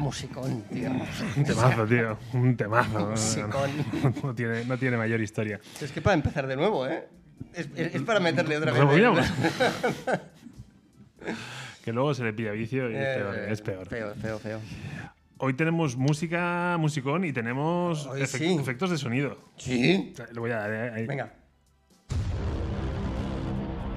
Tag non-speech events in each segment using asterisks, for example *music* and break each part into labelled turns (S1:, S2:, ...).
S1: musicón, tío.
S2: Un temazo, tío. Un temazo.
S1: Musicón.
S2: *laughs* No tiene, no tiene mayor historia.
S1: Es que para empezar de nuevo, ¿eh? Es, es- es para meterle otra vez.
S2: Nos
S1: ¿eh?
S2: removíamos.
S1: *laughs*
S2: Que luego se le pilla vicio y es
S1: Eh,
S2: peor. Es peor.
S1: Feo, feo, feo.
S2: Hoy tenemos música, musicón y tenemos
S1: Hoy
S2: efec-
S1: sí.
S2: efectos de sonido.
S1: Sí.
S2: Le voy a dar eh, ahí.
S1: Venga.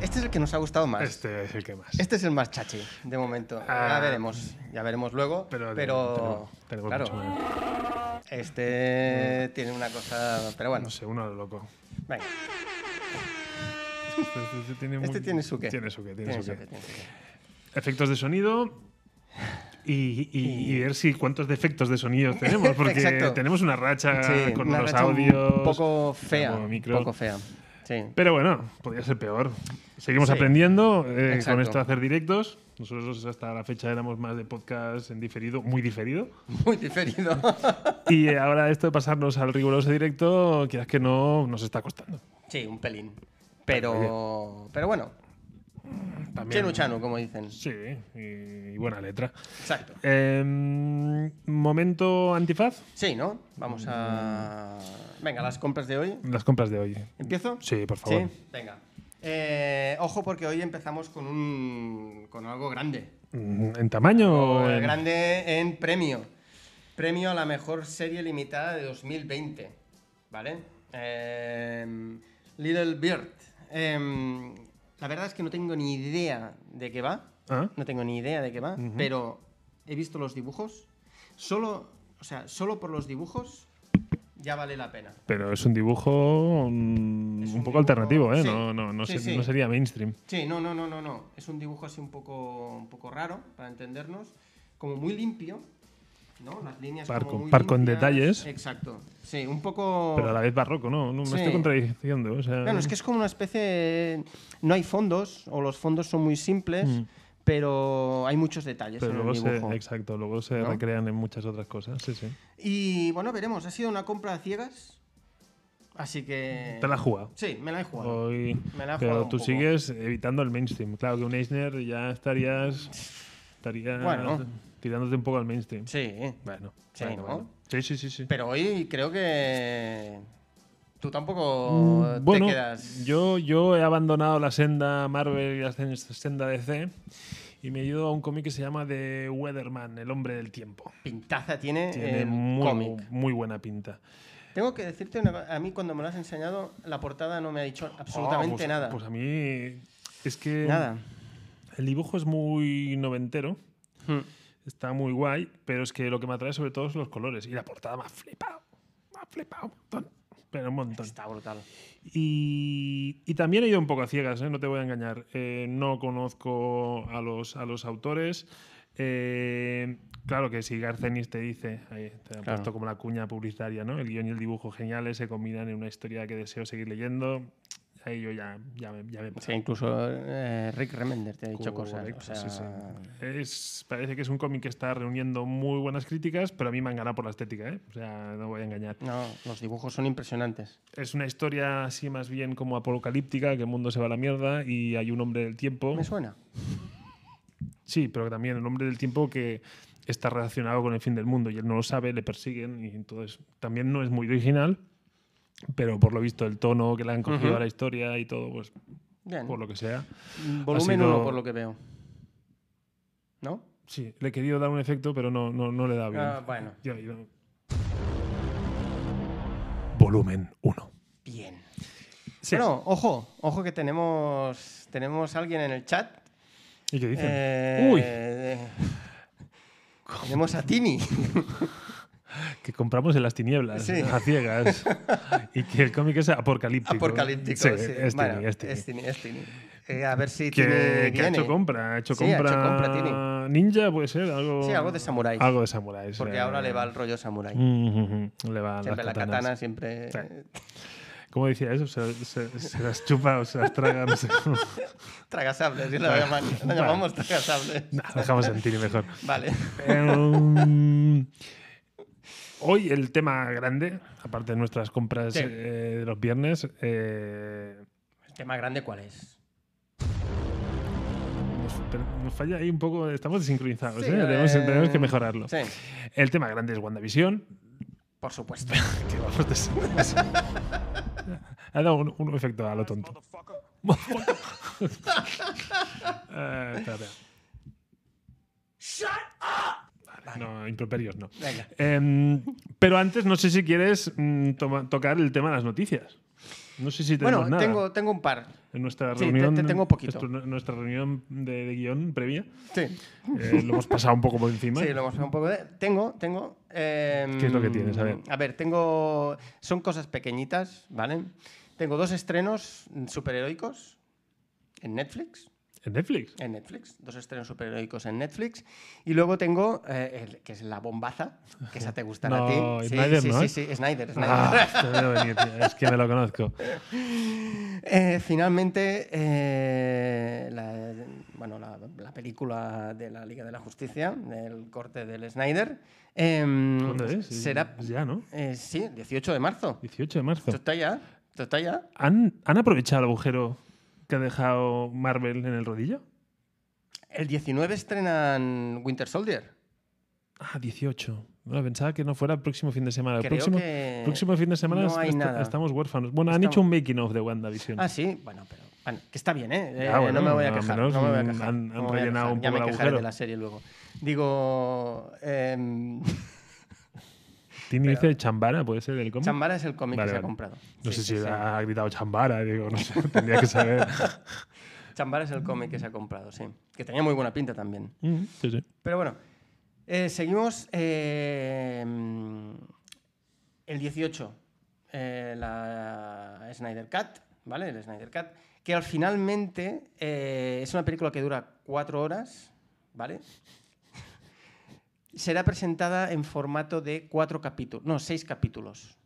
S1: Este es el que nos ha gustado más.
S2: Este es el que más.
S1: Este es el más chachi, de momento. ya
S2: Ah.
S1: veremos, ya veremos luego. Pero,
S2: Pero, tenemos- tenemos
S1: claro,
S2: mucho más.
S1: este tiene una cosa. Pero bueno,
S2: No sé, uno a lo loco.
S1: venga.
S2: Este, este tiene
S1: Este
S2: muy-
S1: tiene su qué.
S2: Tiene su qué, tiene su qué.
S1: tiene su qué.
S2: Efectos de sonido. Y, y- y ver si cuántos defectos de sonido
S1: *laughs*
S2: tenemos, porque
S1: Exacto.
S2: tenemos una racha
S1: Sí,
S2: Ah, con
S1: una
S2: los
S1: racha
S2: audios.
S1: Un poco fea.
S2: como
S1: Un
S2: micro.
S1: poco fea. Sí.
S2: Pero bueno, podría ser peor. Seguimos
S1: Sí.
S2: aprendiendo eh, con
S1: Exacto.
S2: esto de hacer directos. Nosotros hasta la fecha éramos más de podcast en diferido, muy diferido.
S1: Muy diferido.
S2: Y eh, ahora esto de pasarnos al riguroso directo, quieras que no, nos está costando.
S1: *laughs* sí, un pelín. Pero, pero bueno,
S2: También.
S1: chenu chanu, como dicen.
S2: Sí, y, y buena letra.
S1: Exacto.
S2: Em, momento antifaz.
S1: Sí, ¿no? Vamos a. Venga, las compras de hoy.
S2: Las compras de hoy.
S1: ¿Empiezo?
S2: Sí, por favor.
S1: Sí, venga. Eh, ojo, porque hoy empezamos con un. con algo grande.
S2: Mm, ¿En tamaño o
S1: Eh,
S2: en-
S1: Grande en premio. Premio a la mejor serie limitada de 2020. ¿Vale? Eh, Little Bird. Eh, la verdad es que no tengo ni idea de qué va.
S2: Ah.
S1: No tengo ni idea de qué va. Pero he visto los dibujos. Solo, o sea, solo por los dibujos ya vale la pena.
S2: Pero es un dibujo mm,
S1: Es
S2: un,
S1: un
S2: poco
S1: dibujo-
S2: alternativo, ¿eh?
S1: sí.
S2: No, no, no,
S1: Sí,
S2: se-
S1: sí.
S2: no sería mainstream.
S1: Sí, no, no, no, no, no. Es un dibujo así un poco, un poco raro, para entendernos. Como muy limpio, ¿no? Las líneas
S2: Par
S1: como
S2: con-
S1: muy
S2: par con
S1: limpias.
S2: detalles.
S1: Exacto. Sí, un poco...
S2: Pero a la vez barroco, ¿no? No me
S1: Sí.
S2: estoy contradiciendo. o sea-
S1: Claro, es que es como una especie... No hay fondos, o los fondos son muy simples,
S2: Mm.
S1: pero hay muchos detalles
S2: Pero
S1: en
S2: luego
S1: el dibujo.
S2: se, exacto, luego se
S1: ¿No?
S2: recrean en muchas otras cosas. Sí, sí.
S1: Y bueno, veremos. Ha sido una compra a ciegas, así que...
S2: Te la has jugado.
S1: Sí, me la he jugado.
S2: Hoy-
S1: Me la he
S2: pero
S1: jugado un
S2: tú
S1: poco.
S2: sigues evitando el mainstream. Claro que un Eisner ya estarías, estarías
S1: Bueno.
S2: tirándote un poco al mainstream.
S1: Sí,
S2: Bueno,
S1: Sí,
S2: bueno,
S1: ¿no?
S2: bueno. sí, sí, sí. sí.
S1: Pero hoy creo que tú tampoco te
S2: Mm, bueno,
S1: quedas.
S2: yo, yo he abandonado la senda Marvel y la sen- senda DC y me he ido a un cómic que se llama The Weatherman, el hombre del tiempo.
S1: Pintaza tiene,
S2: Tiene
S1: el
S2: muy,
S1: cómic.
S2: muy buena pinta.
S1: Tengo que decirte una cosa. A mí cuando me lo has enseñado, la portada no me ha dicho absolutamente
S2: Ah, pues-
S1: nada.
S2: Pues a mí es que
S1: nada.
S2: el dibujo es muy noventero, eh,
S1: Hmm.
S2: está muy guay, pero es que lo que me atrae sobre todo son los colores y la portada me ha flipado, me ha flipado un montón, pero un montón.
S1: Está brutal.
S2: Y, y también he ido un poco a ciegas, ¿eh? no te voy a engañar. Eh, no conozco a los, a los autores. Eh, claro que si Garcenis te dice, ahí, te ha
S1: Claro.
S2: puesto como la cuña publicitaria, ¿no? El guión y el dibujo geniales se combinan en una historia que deseo seguir leyendo. Ahí yo ya, ya me, ya me he
S1: Sí,
S2: pasado.
S1: incluso eh, Rick Remender te ha dicho cosas.
S2: Correcto,
S1: o sea,
S2: sí, sí. Es- parece que es un cómic que está reuniendo muy buenas críticas, pero a mí me han ganado por la estética, ¿eh? O sea, no voy a engañar.
S1: No, los dibujos son impresionantes.
S2: Es una historia así más bien como apocalíptica, que el mundo se va a la mierda y hay un hombre del tiempo.
S1: Me suena.
S2: Sí, pero también el hombre del tiempo que está relacionado con el fin del mundo y él no lo sabe, le persiguen y entonces también no es muy original, pero por lo visto el tono que le han cogido a la historia y todo, pues
S1: Bien. Mm,
S2: por lo que sea.
S1: Volumen
S2: sido-
S1: 1 por lo que veo. ¿No?
S2: Sí, le he querido dar un efecto, pero no, no, no le da bien.
S1: Ah, bueno.
S2: Ya, ya. Volumen 1.
S1: Bien.
S2: Sí.
S1: Bueno, ojo, ojo que tenemos, tenemos alguien en el chat
S2: ¿Y qué dicen?
S1: Eh, Tenemos a
S2: *laughs*
S1: Tini.
S2: Que compramos en las tinieblas,
S1: Sí.
S2: a
S1: *laughs*
S2: ciegas. y que el cómic es apocalíptico.
S1: Apocalíptico.
S2: Sí,
S1: Sí,
S2: es
S1: Bueno,
S2: Tini, es Tini.
S1: es Tini, es Tini. Eh, a ver si Tini
S2: que, que ha
S1: viene.
S2: hecho compra, ha hecho
S1: Sí, ha hecho
S2: compra,
S1: compra, tiene.
S2: ninja, puede ser, algo,
S1: Sí, algo de samurái.
S2: Algo de samurái.
S1: Porque
S2: sí.
S1: ahora le va el rollo samurái.
S2: Mm, mm, mm. Le va
S1: siempre la katana, siempre... *laughs*
S2: ¿Cómo decía eso? Se, se- se las chupa o se las traga, no sé *laughs* cómo.
S1: Tragasables, y la, llaman- la
S2: Vale.
S1: llamamos tragasables.
S2: *laughs* Nah, dejamos en Tini mejor.
S1: Vale.
S2: Em, hoy el tema grande, aparte de nuestras compras
S1: Sí.
S2: eh, de los viernes, eh,
S1: ¿El tema grande cuál es?
S2: nos, pero nos falla ahí un poco, estamos desincronizados,
S1: Sí,
S2: ¿eh? Tenemos,
S1: eh,
S2: tenemos que mejorarlo.
S1: Sí,
S2: El tema grande es WandaVision,
S1: por supuesto.
S2: *laughs* que vamos de Ha dado un, un efecto a lo tonto. *laughs* Eh, espérate. No, improperios no.
S1: Venga.
S2: Em, pero antes, no sé si quieres mm, toma- tocar el tema de las noticias. No sé si tenemos
S1: Bueno,
S2: nada.
S1: tengo, tengo un par.
S2: En nuestra
S1: Sí, te-
S2: reunión,
S1: te tengo poquito.
S2: esto, nuestra reunión de, de guión previa,
S1: Sí,
S2: eh, lo hemos pasado un poco por encima.
S1: *laughs* sí, lo hemos hablado un poco de... Tengo, tengo... em,
S2: ¿Qué es lo que tienes? A ver.
S1: A ver, tengo... Son cosas pequeñitas, ¿vale? Tengo dos estrenos superheroicos en Netflix. *laughs*
S2: En Netflix.
S1: En Netflix, dos estrenos superheroicos en Netflix. Y luego tengo, eh, el, que es La Bombaza, que esa te gustará
S2: *laughs* No,
S1: a ti. Sí,
S2: Snyder
S1: sí,
S2: no, ¿eh?
S1: sí, sí, Snyder. Snyder. *laughs*
S2: Ah, te veo venir, tío, es que me lo conozco.
S1: Eh, finalmente, eh, la, bueno, la, la película de la Liga de la Justicia, del corte del Snyder, em,
S2: ¿Cuándo es?
S1: será...
S2: Es Ya, ¿no?
S1: eh, sí, el 18 de marzo.
S2: 18 de marzo.
S1: Esto está ya, esto está ya.
S2: ¿Han, han aprovechado el agujero que ha dejado Marvel en el rodillo?
S1: El 19 estrenan Winter Soldier.
S2: Ah, 18. Bueno, pensaba que no fuera el próximo fin de semana. El
S1: Creo
S2: próximo,
S1: que
S2: próximo fin de semana
S1: Eh, no
S2: est-
S1: hay
S2: est-
S1: nada.
S2: estamos huérfanos. Bueno, han
S1: Estamos-
S2: hecho un making of de WandaVision.
S1: Ah, sí, bueno, pero bueno, que está bien, ¿eh? Eh,
S2: Ah, bueno,
S1: no me voy a
S2: al
S1: quejar.
S2: menos
S1: no me voy a
S2: han-
S1: quejar,
S2: han
S1: no me voy a
S2: rellenado
S1: quejar.
S2: un
S1: Ya
S2: poco
S1: me
S2: el
S1: quejaré de
S2: agujero.
S1: la serie luego. Digo, em,
S2: Tini dice Chambara, puede ser el cómic.
S1: Chambara es el cómic
S2: Vale,
S1: que se ha
S2: vale.
S1: comprado.
S2: No
S1: Sí,
S2: sé
S1: sí,
S2: si
S1: sí.
S2: ha gritado Chambara, digo, no sé, *laughs* tendría que
S1: *laughs*
S2: saber.
S1: Chambara es el cómic que se ha comprado, sí. Que tenía muy buena pinta también.
S2: Mm, sí, sí.
S1: Pero bueno, eh, seguimos. eh, mm, el 18, eh, la Snyder Cut, ¿vale? El Snyder Cut, que al finalmente eh, es una película que dura cuatro horas, ¿vale? Será presentada en formato de cuatro capítulos, no, seis capítulos.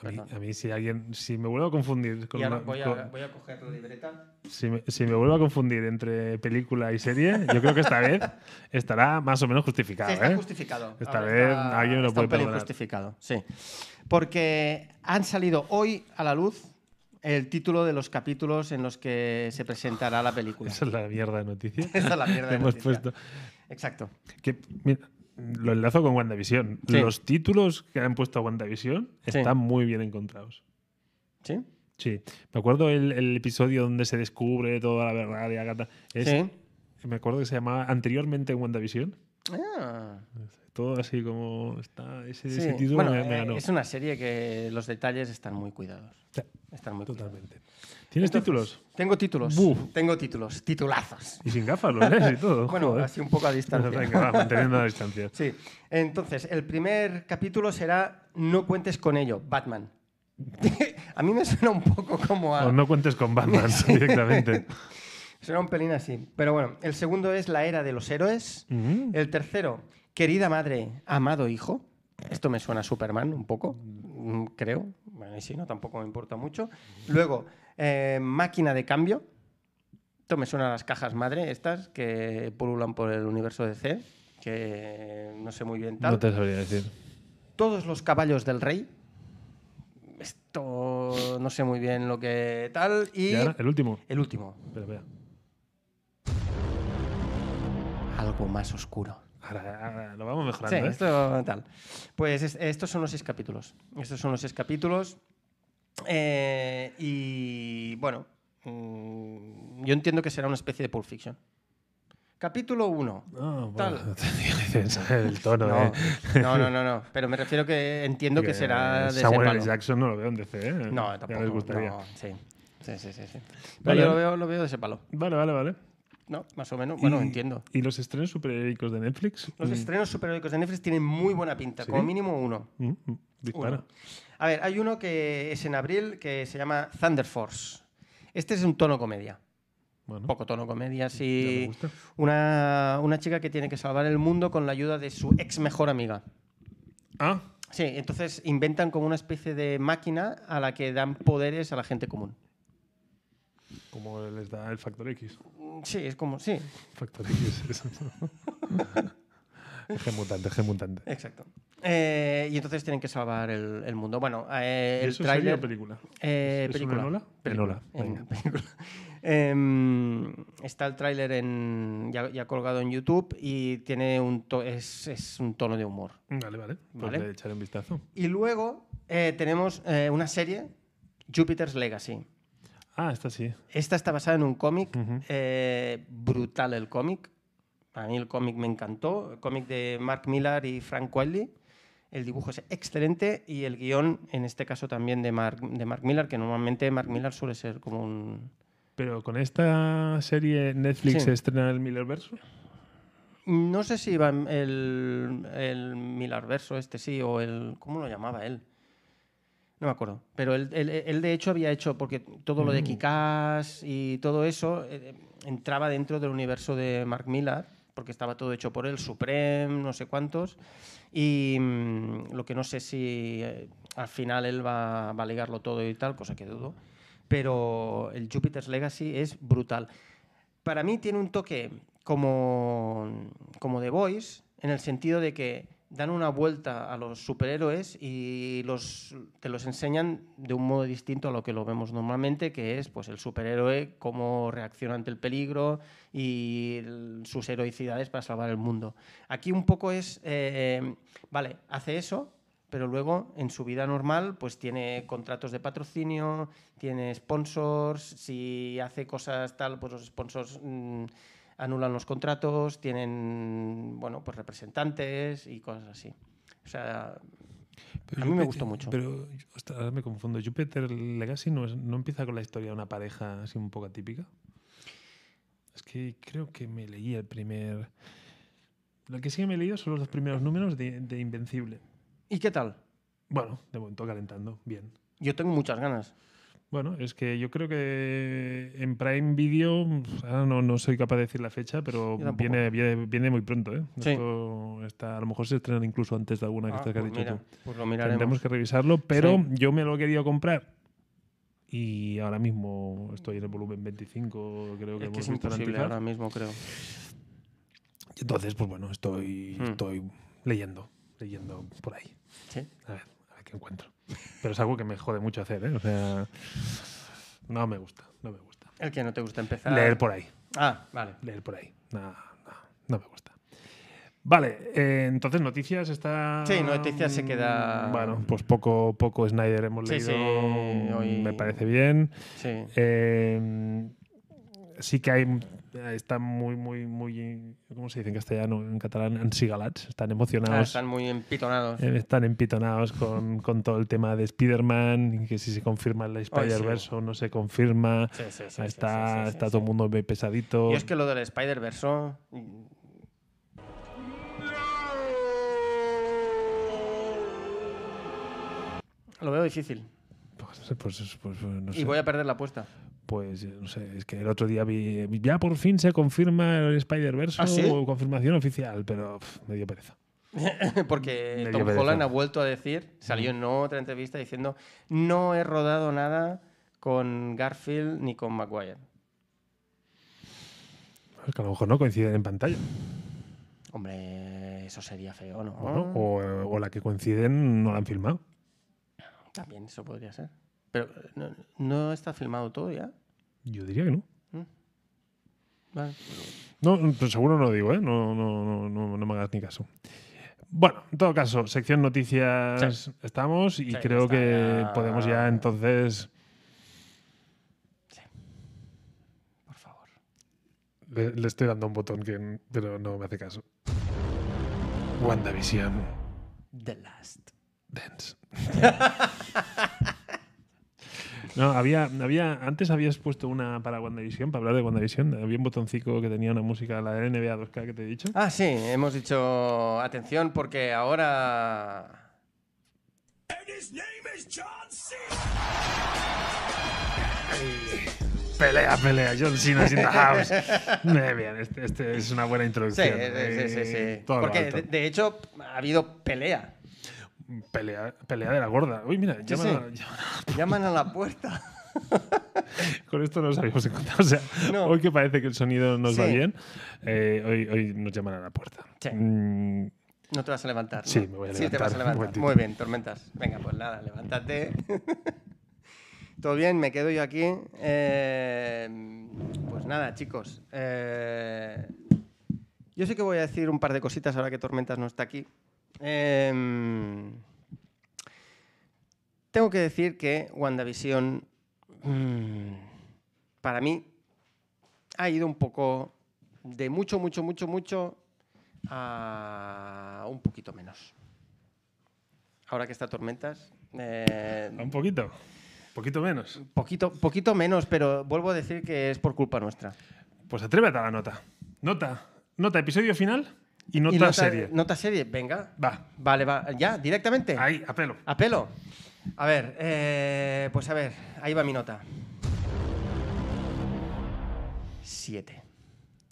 S2: A mí,
S1: Perdón.
S2: a mí si alguien, si me vuelvo a confundir con
S1: y ahora
S2: una-
S1: voy
S2: con-
S1: a, voy a coger la libreta.
S2: si, me, si me vuelvo a confundir entre película y serie, yo creo
S1: *laughs*
S2: que esta vez estará más o menos justificado.
S1: Sí, está
S2: ¿eh?
S1: justificado.
S2: Esta
S1: Ahora
S2: vez alguien me lo
S1: está
S2: puede
S1: un pelín
S2: perdonar.
S1: justificado, sí. Porque han salido hoy a la luz el título de los capítulos en los que se presentará la película.
S2: Esa es la mierda de noticia.
S1: Esa es *laughs* la mierda
S2: que
S1: de
S2: hemos
S1: noticia.
S2: puesto.
S1: Exacto.
S2: Que, mira, lo enlazo con WandaVision.
S1: Sí.
S2: Los títulos que han puesto a WandaVision
S1: Sí.
S2: están muy bien encontrados.
S1: ¿Sí?
S2: Sí. Me acuerdo el, el episodio donde se descubre toda la verdad de Agatha. Es-
S1: Sí.
S2: Me acuerdo que se llamaba anteriormente en WandaVision.
S1: Ah,
S2: Todo así como está. Ese,
S1: sí.
S2: ese título
S1: Bueno,
S2: me, me
S1: eh,
S2: ganó.
S1: es una serie que los detalles están muy cuidados.
S2: Sí,
S1: Están muy cuidados.
S2: Totalmente. ¿Tienes
S1: Entonces,
S2: títulos?
S1: Tengo títulos.
S2: Buf.
S1: Tengo títulos. Titulazos.
S2: Y sin gafas los lees y todo.
S1: *laughs* Bueno,
S2: joder.
S1: así un poco a distancia.
S2: eh. *laughs* Venga, va, manteniendo
S1: *laughs*
S2: la distancia.
S1: Sí. Entonces, el primer capítulo será No cuentes con ello, Batman. *laughs* a mí me suena un poco como a...
S2: O no cuentes con Batman
S1: *laughs*
S2: directamente.
S1: Suena un pelín así. Pero bueno, el segundo es La Era de los Héroes.
S2: Mm.
S1: El tercero, Querida Madre, Amado Hijo. Esto me suena a Superman un poco, mm, creo. Bueno, y si no, tampoco me importa mucho. Luego, eh, Máquina de Cambio. Esto me suena a las cajas madre, estas que pululan por el universo de C, que no sé muy bien tal.
S2: No te sabría decir.
S1: Todos los caballos del rey. Esto no sé muy bien lo que tal. Y
S2: Y ahora, el último.
S1: el último,
S2: Espera, espera.
S1: algo más oscuro.
S2: Ahora, ahora lo vamos
S1: Sí,
S2: mejorando, ¿eh?
S1: esto tal. Pues es- estos son los seis capítulos. Estos son los seis capítulos. Eh, y bueno, mm, yo entiendo que será una especie de Pulp Fiction. Capítulo 1.
S2: No,
S1: Tal.
S2: Ah, bueno, *laughs* el tono,
S1: No,
S2: ¿eh?
S1: no, no, no, no. Pero me refiero que entiendo
S2: *laughs*
S1: que, será de ese
S2: Eh, Samuel L.
S1: palo.
S2: Jackson no lo veo en DC, ¿eh?
S1: No,
S2: Ya
S1: tampoco.
S2: les gustaría.
S1: no, sí. Sí, sí, sí, sí. Pero
S2: Vale.
S1: yo lo veo, lo veo de ese palo.
S2: Vale, vale, vale.
S1: ¿no? Más o menos. Bueno,
S2: Y-
S1: entiendo.
S2: ¿Y los estrenos superhéroicos de Netflix?
S1: Los
S2: Mm,
S1: estrenos superhéroicos de Netflix tienen muy buena pinta,
S2: ¿Sí?
S1: como mínimo uno.
S2: mm, mm, Dispara.
S1: Uno. A ver, hay uno que es en abril que se llama Thunder Force. Este es un tono comedia.
S2: Bueno,
S1: Poco tono comedia,
S2: ya me
S1: así.
S2: gusta.
S1: Una, una chica que tiene que salvar el mundo con la ayuda de su ex mejor amiga.
S2: Ah,
S1: Sí, entonces inventan como una especie de máquina a la que dan poderes a la gente común.
S2: como les da el Factor X.
S1: Sí, es como. Sí,
S2: Factor X,
S1: *laughs*
S2: eso. eje mutante, eje mutante.
S1: exacto. Eh, y entonces tienen que salvar el, el mundo. Bueno, eh,
S2: ¿Y
S1: el
S2: ¿Eso sería
S1: tráiler.
S2: película?
S1: Eh,
S2: ¿Es- es
S1: película.
S2: una Enola?
S1: Película.
S2: Enola,
S1: Eh,
S2: venga.
S1: *laughs* película. Em, está el tráiler en- ya, ya colgado en YouTube y tiene un to- es, es un tono de humor.
S2: Vale, vale. Pues
S1: Vale.
S2: le echaré un vistazo.
S1: Y luego eh, tenemos eh, una serie, Jupiter's Legacy.
S2: Ah, esta sí.
S1: Esta está basada en un cómic,
S2: Ujú.
S1: eh, brutal el cómic. A mí el cómic me encantó, el cómic de Mark Millar y Frank Wiley. El dibujo es excelente y el guión, en este caso también de Mark, de Mark Millar, que normalmente Mark Millar suele ser como un...
S2: Pero con esta serie Netflix
S1: Sí.
S2: se estrena el Millerverse.
S1: No sé si iba en el, el Millar verso este sí, o el... ¿Cómo lo llamaba él? No me acuerdo. Pero él, él- él, de hecho había hecho, porque todo lo de
S2: Mm.
S1: Kikás y todo eso eh, entraba dentro del universo de Mark Millar, porque estaba todo hecho por él, Supreme, no sé cuántos. Y mm, lo que no sé si eh, al final él va, va a ligarlo todo y tal, cosa que dudo. Pero el Jupiter's Legacy es brutal. Para mí tiene un toque como, como The Voice, en el sentido de que dan una vuelta a los superhéroes y los, te los enseñan de un modo distinto a lo que lo vemos normalmente, que es pues, el superhéroe, cómo reacciona ante el peligro y el- sus heroicidades para salvar el mundo. Aquí un poco es, eh, vale, hace eso, pero luego en su vida normal pues tiene contratos de patrocinio, tiene sponsors, si hace cosas tal, pues los sponsors mm, anulan los contratos, tienen, bueno, pues representantes y cosas así. O sea, A mí me gustó mucho.
S2: Pero, ostras, ahora me confundo. Jupiter Legacy no, es- no empieza con la historia de una pareja así un poco atípica. Es que creo que me leí el primer. Lo que sí que me he leído son los dos primeros números de, de Invencible.
S1: ¿y qué tal?
S2: Bueno, de momento calentando, bien.
S1: Yo tengo muchas ganas.
S2: Bueno, es que yo creo que en Prime Video, ahora no, no soy capaz de decir la fecha, pero
S1: Yo tampoco.
S2: viene, viene, viene muy pronto. ¿eh?
S1: Sí.
S2: Esto está, a lo mejor se estrenan incluso antes de alguna que,
S1: Ah,
S2: esta que has
S1: pues
S2: dicho
S1: mira,
S2: tú.
S1: pues lo miraremos.
S2: Tendremos que revisarlo, pero
S1: Sí.
S2: yo me lo he querido comprar. Y ahora mismo estoy en el volumen 25, creo que
S1: es que
S2: hemos
S1: es
S2: visto en
S1: imposible
S2: Antifaz.
S1: ahora mismo, creo.
S2: Y Entonces, pues bueno, estoy,
S1: Hmm.
S2: estoy leyendo, leyendo por ahí.
S1: Sí.
S2: A ver, a ver qué encuentro. Pero es algo que me jode mucho hacer, ¿eh? O sea, no me gusta, no me gusta.
S1: El que no te gusta empezar.
S2: Leer por ahí,
S1: Ah, vale.
S2: leer por ahí. No, no, no me gusta. Vale, eh, entonces noticias está.
S1: Sí, noticias se queda-
S2: Bueno, pues poco, poco Snyder hemos
S1: Sí,
S2: leído.
S1: sí, hoy-
S2: Me parece bien.
S1: Sí.
S2: Eh, sí que hay. Están muy, muy, muy. ¿Cómo se dice en castellano? En catalán, ansigalats. Están
S1: Ah,
S2: emocionados.
S1: están muy empitonados.
S2: Eh, Están empitonados con, con todo el tema de Spider-Man, y que si se confirma el Spider-Verse o no se confirma.
S1: Sí, sí, sí,
S2: está
S1: sí, sí, sí,
S2: está
S1: sí.
S2: todo el mundo muy pesadito.
S1: Yo es que lo del Spider-Verse. mm. Lo veo difícil.
S2: Pues, pues- pues- pues no
S1: Y
S2: sé.
S1: voy a perder la apuesta. *laughs*
S2: Pues eh, no sé, es que el otro día vi. Ya por fin se confirma el Spider-Verse
S1: ¿Ah, sí?
S2: o confirmación oficial, pero pff, me dio pereza.
S1: Porque
S2: Me dio
S1: Tom
S2: pereza.
S1: Holland ha vuelto a decir, salió en otra entrevista diciendo, no he rodado nada con Garfield ni con Maguire.
S2: Es que a lo mejor no coinciden en pantalla.
S1: Hombre, eso sería feo, ¿no?
S2: Bueno, o, eh, o la que coinciden no la han filmado.
S1: También eso podría ser. Pero eh, no, no está filmado todo ya.
S2: Yo diría que no.
S1: Vale.
S2: No, pero seguro no lo digo, ¿eh? No, no, no, no, no me hagas ni caso. Bueno, en todo caso, sección noticias estamos y
S1: Sí,
S2: creo
S1: está
S2: que
S1: ya.
S2: podemos ya entonces...
S1: Por favor.
S2: Le, le estoy dando un botón que n- pero no me hace caso. WandaVision
S1: The Last.
S2: Dance. *laughs* No, había, había, antes habías puesto una para WandaVision, para hablar de WandaVision. Había un botoncito que tenía una música, la de NBA 2K que te he dicho.
S1: Ah, sí, hemos dicho atención porque ahora.
S2: Pelea, pelea, John Cena is in the *laughs* house. Muy bien, este, este es una buena
S1: Sí,
S2: introducción.
S1: sí, sí, sí,
S2: Eh,
S1: sí.
S2: todo lo
S1: Porque
S2: alto.
S1: de, de hecho ha habido pelea.
S2: Pelea, pelea de la gorda. Uy, mira,
S1: Sí,
S2: llaman
S1: sí.
S2: a- llaman
S1: Llaman a la puerta.
S2: a- *laughs* con esto nos habíamos encontrado. *laughs* O sea,
S1: No.
S2: hoy que parece que el sonido nos va
S1: Sí.
S2: bien, eh, hoy, hoy nos llaman a la puerta.
S1: Sí.
S2: Mm,
S1: No te vas a levantar. ¿no?
S2: Sí, me voy a
S1: Sí, te
S2: levantar.
S1: vas a
S2: Un
S1: levantar.
S2: momentito.
S1: Muy bien, tormentas. Venga, pues nada, levántate. *laughs* Todo bien, me quedo yo aquí. Eh, pues nada, chicos. eh, yo sé que voy a decir un par de cositas ahora que Tormentas no está aquí. Eh, tengo que decir que WandaVision, mm, para mí, ha ido un poco de mucho, mucho, mucho, mucho a un poquito menos. Ahora que está Tormentas. eh,
S2: un poquito, un poquito menos.
S1: poquito, poquito menos, pero vuelvo a decir que es por culpa nuestra.
S2: Pues atrévete a la nota. Nota, nota, episodio final y nota,
S1: Y
S2: serie.
S1: Nota serie, venga.
S2: Va,
S1: Vale, va, ya, directamente.
S2: ahí, a pelo.
S1: A pelo. A ver, eh, pues a ver, ahí va mi nota. Siete,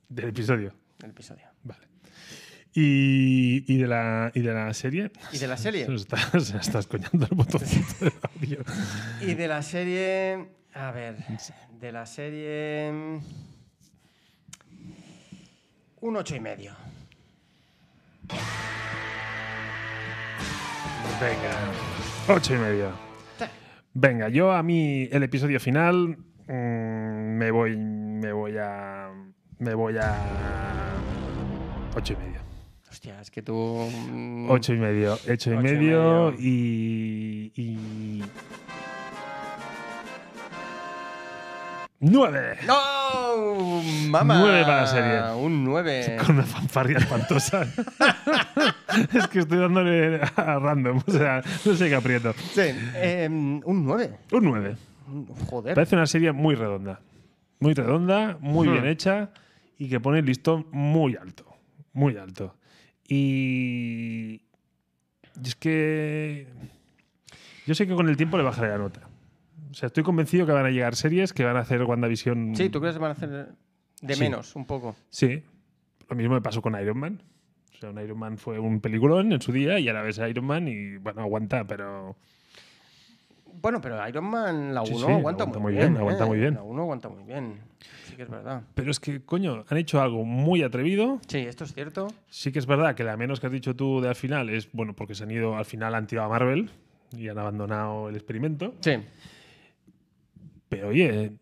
S2: Del episodio.
S1: el episodio.
S2: Vale. Y, y de, la, y de la serie.
S1: ¿Y de la
S2: Se
S1: serie?
S2: nos está, *laughs* se nos está escoñando el botoncito del audio.
S1: Y de la serie... A ver, de la serie... mm, Un ocho y medio.
S2: Venga. Ocho y media. Venga, yo a mí el episodio final mm, me voy. Me voy a. Me voy a. Ocho y media.
S1: Hostia, es que tú... mm,
S2: Ocho y medio. Ocho y
S1: Ocho y
S2: medio
S1: medio.
S2: y. y... ¡Nueve!
S1: ¡No! ¡Mamá!
S2: Nueve para la serie.
S1: Un 9.
S2: *laughs* Con una fanfarria espantosa. *laughs* es que estoy dándole a random. O sea, no sé qué aprieto.
S1: em, un 9.
S2: Un 9.
S1: Joder.
S2: Parece una serie muy redonda. Muy redonda, muy
S1: Hmm.
S2: bien hecha y que pone el listón muy alto. Muy alto. Y. y es que. Yo sé que con el tiempo le bajaré la nota. O sea, estoy convencido que van a llegar series que van a hacer WandaVision.
S1: Sí, ¿tú crees que van a hacer de
S2: Sí.
S1: menos un poco?
S2: Sí. Lo mismo me pasó con Iron Man. O sea, un Iron Man fue un peliculón en su día y ahora ves a Iron Man y, bueno, aguanta, pero.
S1: Bueno, pero Iron Man, la 1
S2: Sí, sí,
S1: aguanta, muy bien.
S2: aguanta
S1: ¿eh?
S2: muy bien.
S1: La 1 aguanta muy bien. Sí que es verdad.
S2: Pero es que, coño, han hecho algo muy atrevido.
S1: Sí, esto es cierto.
S2: Sí que es verdad que la menos que has dicho tú de al final es, bueno, porque se han ido al final, han tirado a Marvel y han abandonado el experimento.
S1: Sí.
S2: Pero oye,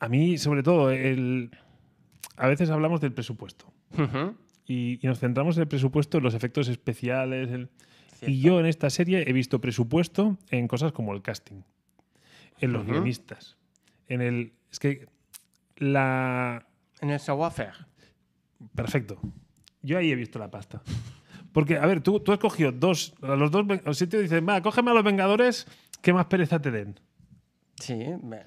S2: a mí sobre todo, el... a veces hablamos del presupuesto
S1: Ujú.
S2: y, y nos centramos en el presupuesto, en los efectos especiales. el-
S1: Cierto.
S2: Y yo en esta serie he visto presupuesto en cosas como el casting, en los
S1: Ujú.
S2: guionistas, en el... Es que la,
S1: En el savoir-faire.
S2: Perfecto. Yo ahí he visto la pasta. Porque, a ver, tú, tú has cogido dos, a los dos, ven- si te dicen, va, cógeme a los Vengadores, ¿qué más pereza te den?
S1: Sí. me-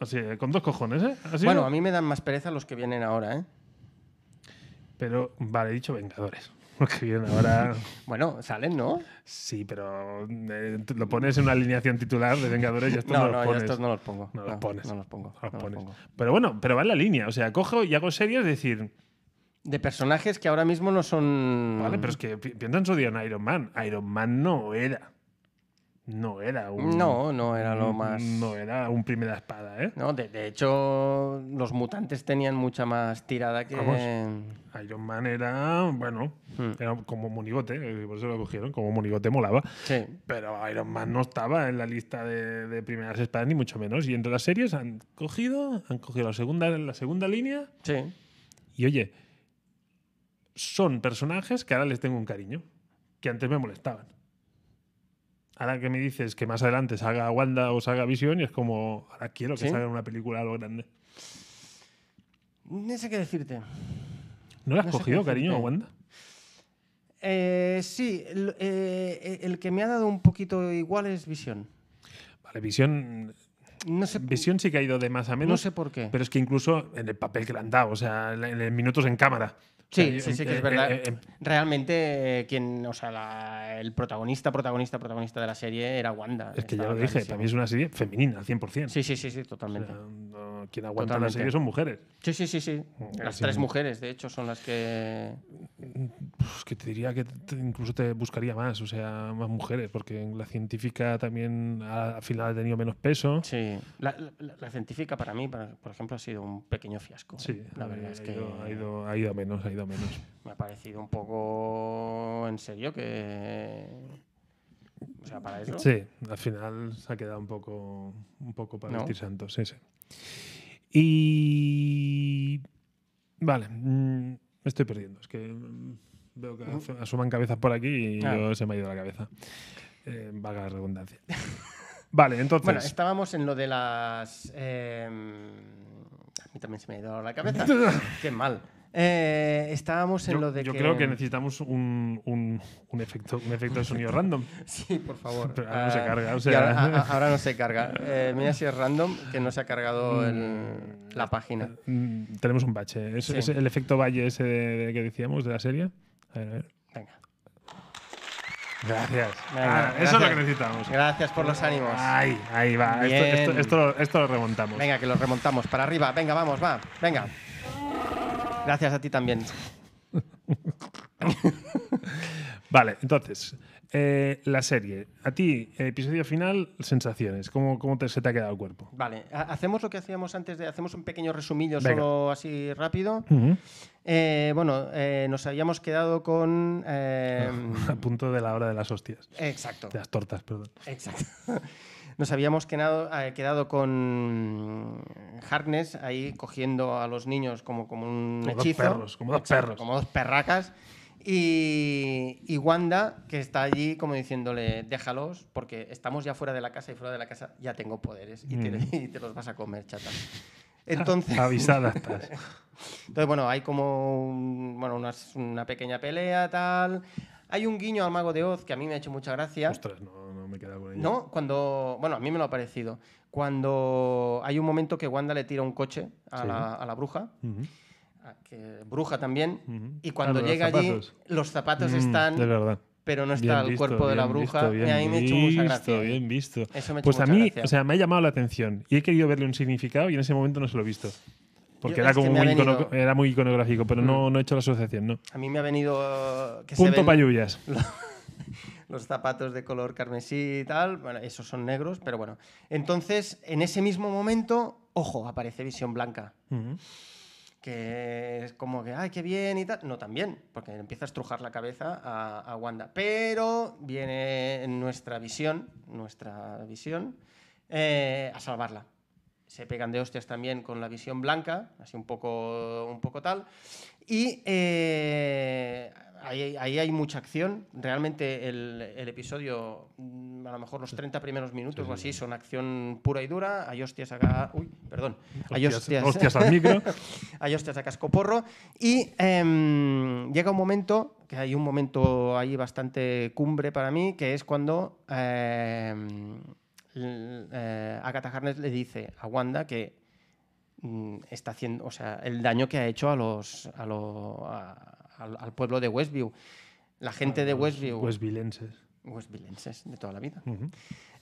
S2: O sea, con dos cojones, ¿eh? Así,
S1: bueno,
S2: ¿no?
S1: a mí me dan más pereza los que vienen ahora, ¿eh?
S2: Pero, vale, he dicho Vengadores. *laughs* Porque bien, ahora
S1: Bueno, salen, ¿no?
S2: sí, pero eh, tú lo pones en una alineación titular de Vengadores y esto no,
S1: no,
S2: lo
S1: no, yo
S2: pones.
S1: estos no los pongo.
S2: No los pones.
S1: No los pongo.
S2: No los
S1: no los
S2: pones.
S1: pongo.
S2: Pero bueno, pero va en la línea. O sea, cojo y hago series, decir,
S1: De personajes que ahora mismo no son.
S2: vale, pero es que pi- piensa en su día en Iron Man. Iron Man no era. No era un.
S1: No, no era lo más.
S2: Mm, No era un primera espada, ¿eh?
S1: No, de, de hecho, los mutantes tenían mucha más tirada que.
S2: Vamos. Iron Man era, bueno,
S1: Hmm.
S2: era como monigote, eh, por eso lo cogieron, como monigote molaba.
S1: Sí.
S2: Pero Iron Man no estaba en la lista de, de primeras espadas, ni mucho menos. Y entre las series han cogido, han cogido la segunda, la segunda línea.
S1: Sí.
S2: Y oye, son personajes que ahora les tengo un cariño, que antes me molestaban. Ahora que me dices que más adelante salga Wanda o salga Vision, y es como, ahora quiero que
S1: Sí.
S2: salga una película a lo grande.
S1: No sé qué decirte.
S2: ¿No le has
S1: No sé qué
S2: cogido cariño a
S1: decirte.
S2: Wanda?
S1: Eh, sí, el, eh, el que me ha dado un poquito igual es Visión.
S2: Vale, Visión
S1: No sé,
S2: Visión sí que ha ido de más a menos.
S1: no sé por qué.
S2: Pero es que incluso en el papel que le han dado, o sea, en en minutos en cámara. O sea, eh,
S1: Sí,
S2: en-
S1: sí, sí, que es
S2: en-
S1: verdad.
S2: en- en-
S1: Realmente, eh, quien, o sea, la- el protagonista, protagonista, protagonista de la serie era Wanda.
S2: es que ya
S1: Estaba
S2: lo dije,
S1: clarísimo.
S2: para mí es una serie femenina, 100%.
S1: Sí, sí, sí, sí,
S2: O
S1: totalmente.
S2: sea, no- quien aguanta la
S1: Totalmente.
S2: serie son mujeres.
S1: Sí, sí, sí, sí. Las
S2: eh, sí,
S1: tres
S2: sí.
S1: mujeres, de hecho, son las que.
S2: Pues que te diría que te- incluso te buscaría más, o sea, más mujeres, porque la científica también ha- al final ha tenido menos peso.
S1: Sí. La, la- la científica para mí, para- por ejemplo, ha sido un pequeño fiasco. ¿eh?
S2: Sí,
S1: la
S2: ha-
S1: verdad es
S2: ha
S1: que
S2: ido- ha, ido, ha ido a menos, ha ido a menos.
S1: me ha parecido un poco en serio que. O sea, para eso.
S2: Sí, al final se ha quedado un poco, un poco para
S1: ¿No?
S2: vestir santos, sí, sí. Y. Vale, mm, me estoy perdiendo. Es que mm, veo que asu- asoman cabezas por aquí y
S1: Ah.
S2: yo se me ha ido la cabeza. Eh, valga la redundancia. Vale, entonces.
S1: Bueno, estábamos en lo de las. eh, a mí también se me ha ido la
S2: *laughs*
S1: cabeza. Qué mal. Eh, estábamos en
S2: yo,
S1: lo de
S2: yo
S1: que. em,
S2: creo que necesitamos un, un- un efecto, un efecto de sonido random.
S1: *laughs* Sí, por favor.
S2: Pero ahora no se
S1: Ah,
S2: carga, o
S1: y
S2: sea-
S1: ahora, a- a- ahora no se
S2: *laughs*
S1: carga. Eh, mira si es random que no se ha cargado el- la página.
S2: Mm, Tenemos un bache. ¿Es,
S1: Sí.
S2: es el efecto valle ese de- de que decíamos de la serie? A ver, a ver.
S1: Venga.
S2: Gracias.
S1: Venga,
S2: Ah, Eso es lo
S1: gracias.
S2: que necesitamos.
S1: Gracias por los ánimos.
S2: Ahí, ahí va. Esto,
S1: Bien.
S2: esto- esto lo- esto lo remontamos.
S1: Venga, que los remontamos. Para arriba. Venga, vamos, va. Venga. Gracias a ti también.
S2: Vale, entonces, eh, la serie. A ti, episodio final, sensaciones. ¿Cómo, cómo te, se te ha quedado el cuerpo?
S1: Vale, ha- hacemos lo que hacíamos antes de. Hacemos un pequeño resumillo,
S2: Venga.
S1: solo así rápido. Eh, bueno, eh, nos habíamos quedado con.
S2: *laughs*
S1: eh,
S2: *laughs* A punto de la hora de las hostias.
S1: exacto.
S2: De las tortas, perdón.
S1: Exacto. *laughs* Nos habíamos quedado, eh, quedado con Harness ahí cogiendo a los niños como, como un
S2: Como dos
S1: hechizo.
S2: perros, como dos
S1: Exacto,
S2: perros.
S1: Como dos perracas. Y, y Wanda, que está allí como diciéndole, déjalos, porque estamos ya fuera de la casa y fuera de la casa ya tengo poderes y,
S2: Mm.
S1: te, *laughs* y te los vas a comer,
S2: *laughs*
S1: chata. Entonces,
S2: Avisada
S1: *laughs*
S2: estás.
S1: entonces, bueno, hay como un- bueno, unas- una pequeña pelea, tal. Hay un guiño al mago de Oz que a mí me ha hecho mucha gracia.
S2: Ostras, no, no me he quedado con ella.
S1: ¿No? Cuando. Bueno, a mí me lo ha parecido. Cuando hay un momento que Wanda le tira un coche a,
S2: Sí.
S1: la, a la bruja,
S2: Ujú.
S1: a que, bruja también,
S2: Ujú.
S1: y cuando
S2: Claro, los
S1: llega allí,
S2: zapatos.
S1: los zapatos
S2: Mm, Es
S1: están,
S2: verdad.
S1: pero no
S2: Bien
S1: está el
S2: visto,
S1: cuerpo de la
S2: bien
S1: bruja.
S2: visto, bien
S1: y a mí me ha hecho mucha
S2: visto,
S1: gracia.
S2: Bien visto.
S1: Eso me ha hecho
S2: Pues a
S1: mucha
S2: mí,
S1: gracia.
S2: o sea, me ha llamado la atención y he querido verle un significado y en ese momento no se lo he visto. Porque
S1: Yo-
S2: era
S1: es que
S2: como
S1: me ha
S2: muy, icono-
S1: venido.
S2: era muy iconográfico, pero no, no he hecho la asociación, ¿no?
S1: A mí me ha venido. eh, que se
S2: Punto
S1: ven
S2: para lluvias.
S1: Los zapatos de color carmesí y tal. Bueno, esos son negros, pero bueno. Entonces, en ese mismo momento, ojo, aparece visión blanca.
S2: Ujú.
S1: que es como que, ay, qué bien y tal. No, también, porque empieza a estrujar la cabeza a, a Wanda. Pero viene nuestra visión, nuestra visión, eh, a salvarla. Se pegan de hostias también con la visión blanca, así un poco, un poco tal. Y eh, ahí, ahí hay mucha acción. Realmente el, el episodio, mm, a lo mejor los 30 primeros minutos o así, son acción pura y dura. Hay hostias acá. Uy, perdón. Hay hostias.
S2: hostias al micro.
S1: hay hostias a cascoporro y em, llega un momento, que hay un momento ahí bastante cumbre para mí, que es cuando em, l- eh, Agatha Harness le dice a Wanda que mm, está haciendo, o sea, el daño que ha hecho a los, a lo- a- al, al pueblo de Westview. La gente *laughs* de Westview,
S2: Westvilenses.
S1: Westvillenses de toda la vida
S2: Ujú.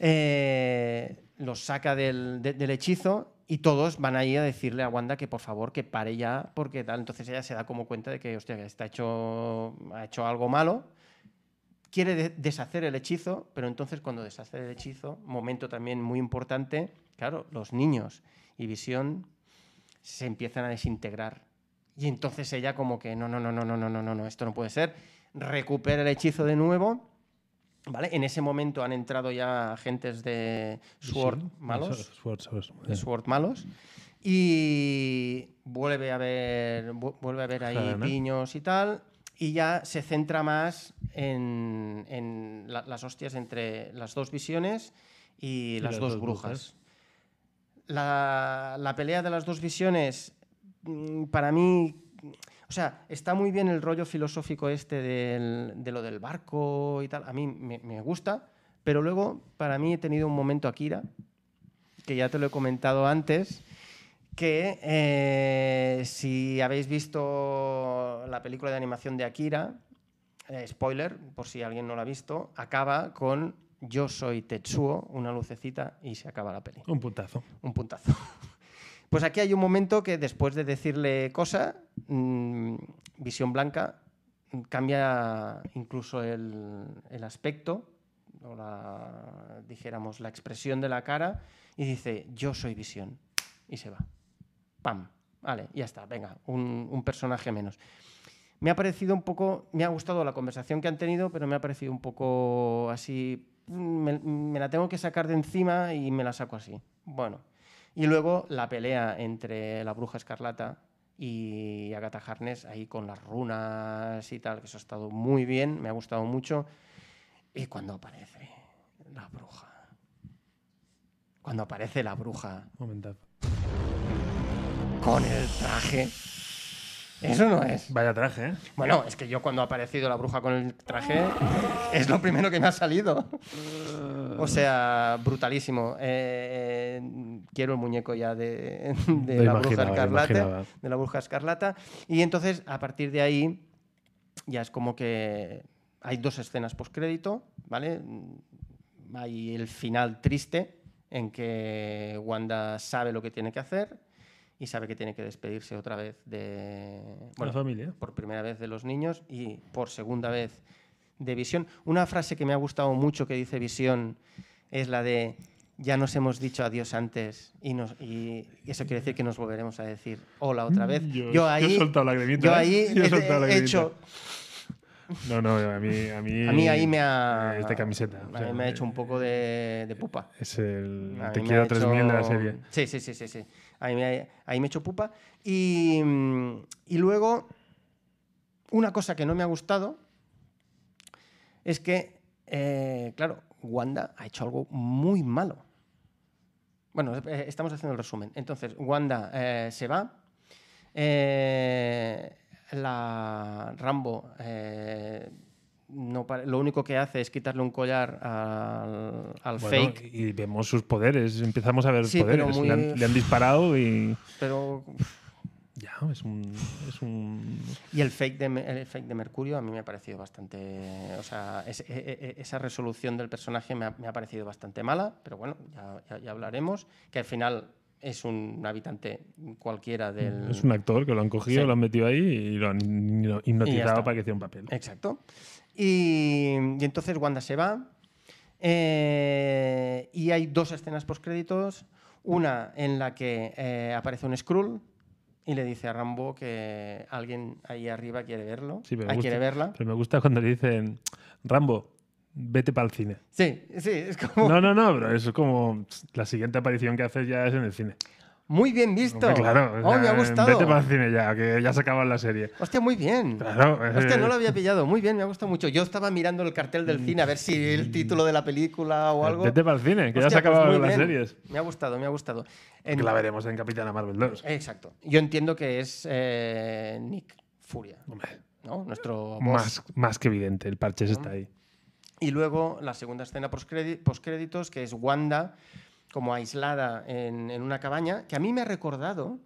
S1: eh, los saca del, de- del hechizo y todos van ahí a decirle a Wanda que por favor que pare ya porque tal. Entonces ella se da como cuenta de que, hostia, que está hecho, ha hecho algo malo. Quiere de- deshacer el hechizo, pero entonces cuando deshace el hechizo, momento también muy importante, claro, los niños y visión se empiezan a desintegrar. Y entonces ella como que, no, no, no, no, no, no, no, no, no, esto no puede ser. Recupera el hechizo de nuevo. ¿Vale? En ese momento han entrado ya agentes de SWORD
S2: Sí,
S1: malos.
S2: eso, Sword, Sword, Sword.
S1: de SWORD malos. Y vuelve a ver, vu- vuelve a ver ahí
S2: Jarana.
S1: piños y tal. Y ya se centra más en, en la- las hostias entre las dos visiones y, las, dos, brujas. La, la pelea de las dos visiones, mm, para mí, o sea, está muy bien el rollo filosófico este del- de lo del barco y tal. A mí me, me gusta, pero luego para mí he tenido un momento Akira que ya te lo he comentado antes, que eh, si habéis visto la película de animación de Akira, eh, spoiler, por si alguien no la ha visto, acaba con Yo soy Tetsuo, una lucecita, y se acaba la peli.
S2: Un puntazo.
S1: Un puntazo. *laughs* Pues aquí hay un momento que después de decirle cosa, mm, visión blanca, mm, cambia incluso el, el aspecto, o la, dijéramos la expresión de la cara, y dice, yo soy visión. Y se va. ¡Pam! Vale, ya está, venga, un, un personaje menos. Me ha parecido un poco, me ha gustado la conversación que han tenido, pero me ha parecido un poco así, mm, me, me la tengo que sacar de encima y me la saco así. Bueno, y luego la pelea entre la bruja escarlata y Agatha Harness, ahí con las runas y tal, que eso ha estado muy bien, me ha gustado mucho. Y cuando aparece la bruja. Cuando aparece la bruja
S2: Momentazo.
S1: con el traje. Eso no es.
S2: Vaya traje, ¿eh?
S1: Bueno, es que yo cuando ha aparecido la bruja con el traje es lo primero que me ha salido. O sea, brutalísimo. Eh, eh, quiero el muñeco ya de, de
S2: Lo
S1: la bruja
S2: imaginaba, lo
S1: escarlata.
S2: imaginaba.
S1: De la bruja escarlata. Y entonces, a partir de ahí, ya es como que hay dos escenas postcrédito, ¿vale? Hay el final triste en que Wanda sabe lo que tiene que hacer y sabe que tiene que despedirse otra vez de...
S2: Buena familia.
S1: por primera vez de los niños y por segunda vez de Visión. Una frase que me ha gustado mucho que dice Visión es la de ya nos hemos dicho adiós antes y, nos, y eso quiere decir que nos volveremos a decir hola otra vez.
S2: Mm, Yo-
S1: Yo,
S2: yo he
S1: ahí,
S2: soltado lagrimita,
S1: yo
S2: ¿eh?
S1: ahí
S2: Yo he
S1: he,
S2: soltado
S1: he
S2: lagrimita.
S1: hecho,
S2: No, no, a mí. A mí,
S1: a mí ahí me ha,
S2: eh, Es de camiseta.
S1: a
S2: o sea,
S1: mí me ha hecho un poco de, de pupa.
S2: Es el.
S1: A
S2: Te
S1: mí me ha
S2: quiero 3000 de la
S1: hecho-
S2: serie.
S1: Sí, sí, sí, sí. sí. Ahí, me, ahí me he hecho pupa. Y, mm, y luego, una cosa que no me ha gustado es que, eh, claro, Wanda ha hecho algo muy malo. Bueno, eh, estamos haciendo el resumen. Entonces, Wanda eh, se va. Eh, la Rambo eh, no pare- lo único que hace es quitarle un collar al, al
S2: Bueno,
S1: fake
S2: Y vemos sus poderes. Empezamos a ver
S1: Sí, pero
S2: poderes.
S1: muy-
S2: Le, han, le han disparado y.
S1: Pero. uf,
S2: Ya, es un. Es un.
S1: Y el fake, de, Me- el fake de Mercurio a mí me ha parecido bastante. O sea, es- e- e- e- esa resolución del personaje me ha, me ha parecido bastante mala, pero bueno, ya, ya- ya hablaremos. Que al final es un habitante cualquiera del.
S2: Mm, Es un actor que lo han cogido,
S1: Sí.
S2: lo han metido ahí y lo han hipno- hipnotizado
S1: está. Eh,
S2: para que hiciera un papel.
S1: Exacto. Y, y entonces Wanda se va. eh, y hay dos escenas postcréditos. Una en la que eh, aparece un Skrull y le dice a Rambo que alguien ahí arriba quiere verlo.
S2: Sí, pero me
S1: ah, quiere
S2: gusta.
S1: verla.
S2: Pero me gusta cuando le dicen, Rambo, vete para el
S1: *laughs*
S2: cine.
S1: Sí, sí, es como.
S2: No, no, no, pero eso es como la siguiente aparición que haces ya es en el cine.
S1: Muy bien visto.
S2: Hombre, claro, o
S1: Oh, me
S2: sea,
S1: ha gustado.
S2: Vete para el cine ya, que ya se acaba la serie.
S1: Hostia, muy bien.
S2: Claro, eh,
S1: Hostia, no lo había pillado. Muy bien, me ha gustado mucho. Yo estaba mirando el cartel del cine a ver si el título de la película o algo.
S2: Mm. Vete para el cine, que ya se
S1: Hostia,
S2: ha
S1: pues
S2: acabado
S1: muy
S2: las
S1: bien.
S2: series.
S1: Me ha gustado, me ha gustado. En-
S2: Que la veremos en Capitana Marvel 2.
S1: Exacto. Yo entiendo que es eh, Nick Furia,
S2: Hombre,
S1: ¿no? Nuestro boss.
S2: más, más que evidente, el parche está ahí.
S1: Y luego la segunda escena postcrédi- postcréditos, que es Wanda como aislada en, en una cabaña, que a mí me ha recordado,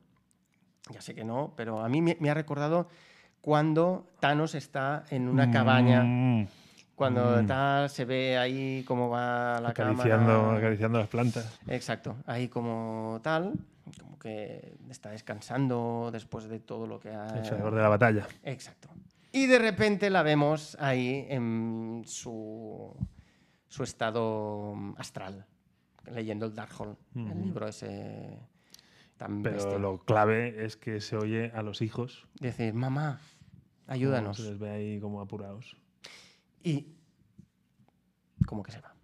S1: ya sé que no, pero a mí me, me ha recordado cuando Thanos está en una cabaña,
S2: Mm,
S1: cuando
S2: mm.
S1: tal se ve ahí cómo va la
S2: acariciando,
S1: cámara.
S2: acariciando las plantas.
S1: Exacto, ahí como tal, como que está descansando después de todo lo que ha...
S2: El flor de la batalla.
S1: Exacto. Y de repente la vemos ahí en su, su estado mm, astral, leyendo el Darkhold, el
S2: Ujú.
S1: libro ese tan
S2: Pero
S1: bestia.
S2: lo clave es que se oye a los hijos.
S1: Decir, mamá,
S2: como
S1: ayúdanos.
S2: Se les ve ahí como apurados.
S1: Y como que se va.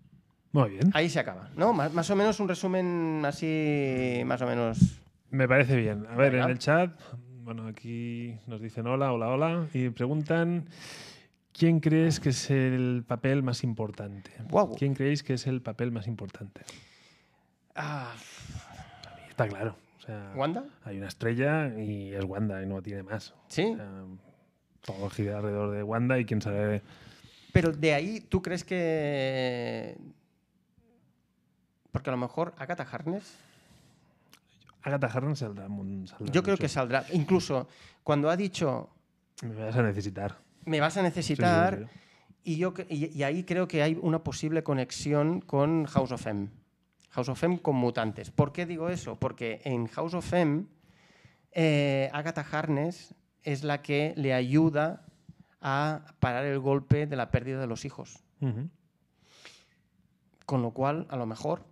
S2: Muy bien.
S1: Ahí se acaba, ¿no? Más, más o menos un resumen así, más o menos...
S2: Me parece bien. A ver,
S1: Venga.
S2: en el chat, bueno, aquí nos dicen hola, hola, hola, y preguntan, ¿quién crees que es el papel más importante?
S1: Guau.
S2: ¿Quién creéis que es el papel más importante?
S1: Ah,
S2: A mí está claro. O sea,
S1: ¿Wanda?
S2: Hay una estrella y es Wanda y no tiene más.
S1: ¿Sí?
S2: O sea, todo gira alrededor de Wanda y quién sabe...
S1: Pero de ahí, ¿tú crees que...? Porque a lo mejor Agatha Harness
S2: Agatha Harkness saldrá, mu- saldrá
S1: Yo creo
S2: mucho.
S1: que saldrá. Incluso cuando ha dicho,
S2: Me vas a necesitar.
S1: me vas a
S2: Sí, sí,
S1: necesitar,
S2: sí.
S1: Y, yo, cre- y, y ahí creo que hay una posible conexión con House of M. House of M con mutantes. ¿Por qué digo eso? Porque en House of M, eh, Agatha Harness es la que le ayuda a parar el golpe de la pérdida de los hijos.
S2: Ujú.
S1: Con lo cual, a lo mejor,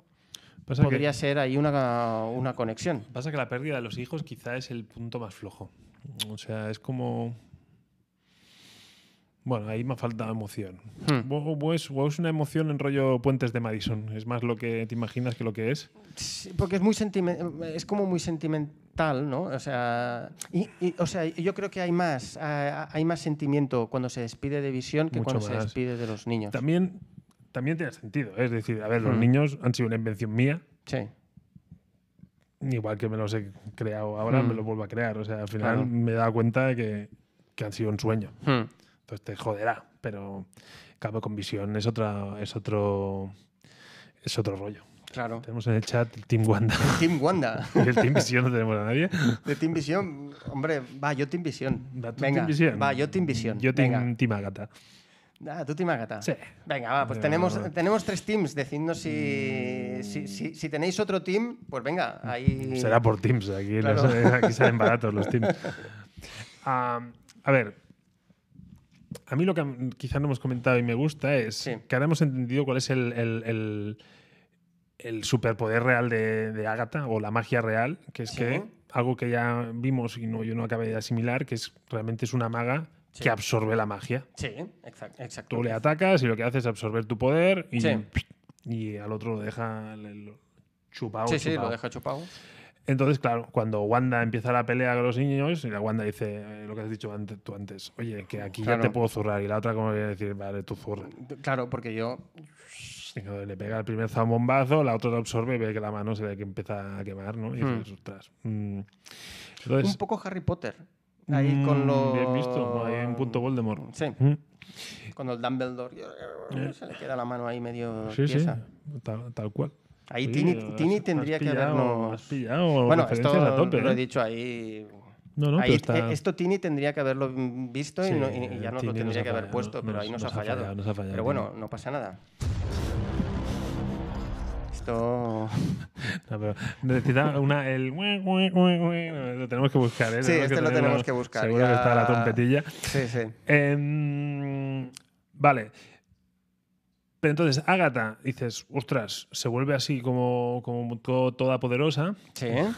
S2: Pasa que-
S1: podría ser ahí una, una conexión.
S2: Pasa que la pérdida de los hijos quizá es el punto más flojo. O sea, es como... Bueno, ahí me falta emoción.
S1: Hmm.
S2: O- o es, o es una emoción en rollo puentes de Madison. Es más lo que te imaginas que lo que es.
S1: Sí, porque es muy sentimen- es como muy sentimental, ¿no? O sea, y- y, o sea, yo creo que hay más, ah, hay más sentimiento cuando se despide de Visión que
S2: Mucho
S1: cuando se
S2: más.
S1: despide de los niños.
S2: También, también tiene sentido. ¿eh? Es decir, a ver, los
S1: Hmm.
S2: niños han sido una invención mía.
S1: Sí.
S2: Igual que me los he creado ahora,
S1: Hmm.
S2: me los vuelvo a crear. O sea, al final
S1: Claro.
S2: me he dado cuenta de que, que han sido un sueño.
S1: Hmm.
S2: Entonces te joderá, pero cabo con visión es otra, es otro, es otro rollo.
S1: Claro.
S2: Tenemos en el chat el Team Wanda. *laughs*
S1: Team Wanda.
S2: el Team Visión no tenemos a nadie.
S1: De Team Visión. Hombre, va, yo Team Visión.
S2: Va, tú
S1: Venga,
S2: Team Visión.
S1: va, yo Team Visión.
S2: Yo
S1: Venga.
S2: Team, team Agata.
S1: Ah, tú Team Agatha.
S2: Sí.
S1: Venga, va, pues
S2: Venga,
S1: tenemos,
S2: va.
S1: tenemos tres teams. Decidnos si, si, si, si tenéis otro team, pues venga, ahí...
S2: Será por Teams. Aquí,
S1: Claro.
S2: los- *laughs* aquí salen baratos los
S1: *laughs*
S2: Teams. Ah, a ver. A mí lo que quizás no hemos comentado y me gusta es
S1: Sí.
S2: que ahora hemos entendido cuál es el, el- el- el superpoder real de, de Agatha o la magia real, que es
S1: Sí.
S2: que algo que ya vimos y no, yo no acabé de asimilar, que es realmente es una maga
S1: Sí.
S2: que absorbe la magia.
S1: Sí, exacto. exacto.
S2: Tú le atacas y lo que hace es absorber tu poder y,
S1: Sí.
S2: y al otro lo deja le- lo- chupado.
S1: Sí, sí,
S2: chupado.
S1: lo deja chupado.
S2: Entonces, claro, cuando Wanda empieza la pelea con los niños y la Wanda dice eh, lo que has dicho ante- tú antes, oye, que aquí
S1: Claro.
S2: ya te puedo zurrar y la otra como viene a decir, vale, tú zurra.
S1: Claro, porque yo.
S2: Y cuando le pega el primer zambombazo, la otra lo absorbe y ve que la mano se le que empieza a quemar, ¿no? Y
S1: Hmm.
S2: dices, ostras. mm. Entonces,
S1: un poco Harry Potter. Ahí con
S2: Pues mm,
S1: lo.
S2: Bien visto, hay un punto Voldemort.
S1: Sí,
S2: Mm.
S1: con el Dumbledore. Se le queda la mano ahí medio
S2: Eh. Sí, sí,
S1: tiesa.
S2: tal, tal cual.
S1: Ahí
S2: Oye,
S1: Tini,
S2: has-
S1: Tini
S2: has
S1: tendría que
S2: pillado- Has
S1: habernos.
S2: pillado
S1: Bueno, esto
S2: referencias a tope.
S1: lo
S2: ¿eh?
S1: he dicho ahí.
S2: No, no,
S1: Ahí-
S2: pero está-
S1: eh, Esto Tini tendría que haberlo visto y,
S2: Sí,
S1: no- y- y ya nos lo tendría
S2: Tini nos ha
S1: que haber
S2: fallado,
S1: puesto,
S2: nos-
S1: pero ahí nos, ha fallado.
S2: nos ha fallado,
S1: Pero bueno, no pasa nada. Esto.
S2: No, pero necesita una, el... ue, ue, ue, ue. Lo tenemos que buscar, ¿eh?
S1: Sí, este lo
S2: tenerlo-
S1: tenemos que buscar,
S2: Seguro
S1: ya.
S2: que está la trompetilla.
S1: Sí, sí.
S2: Em, vale. Pero entonces, Ágata, dices, ostras, se vuelve así como, como to- toda poderosa.
S1: Sí, ¿eh?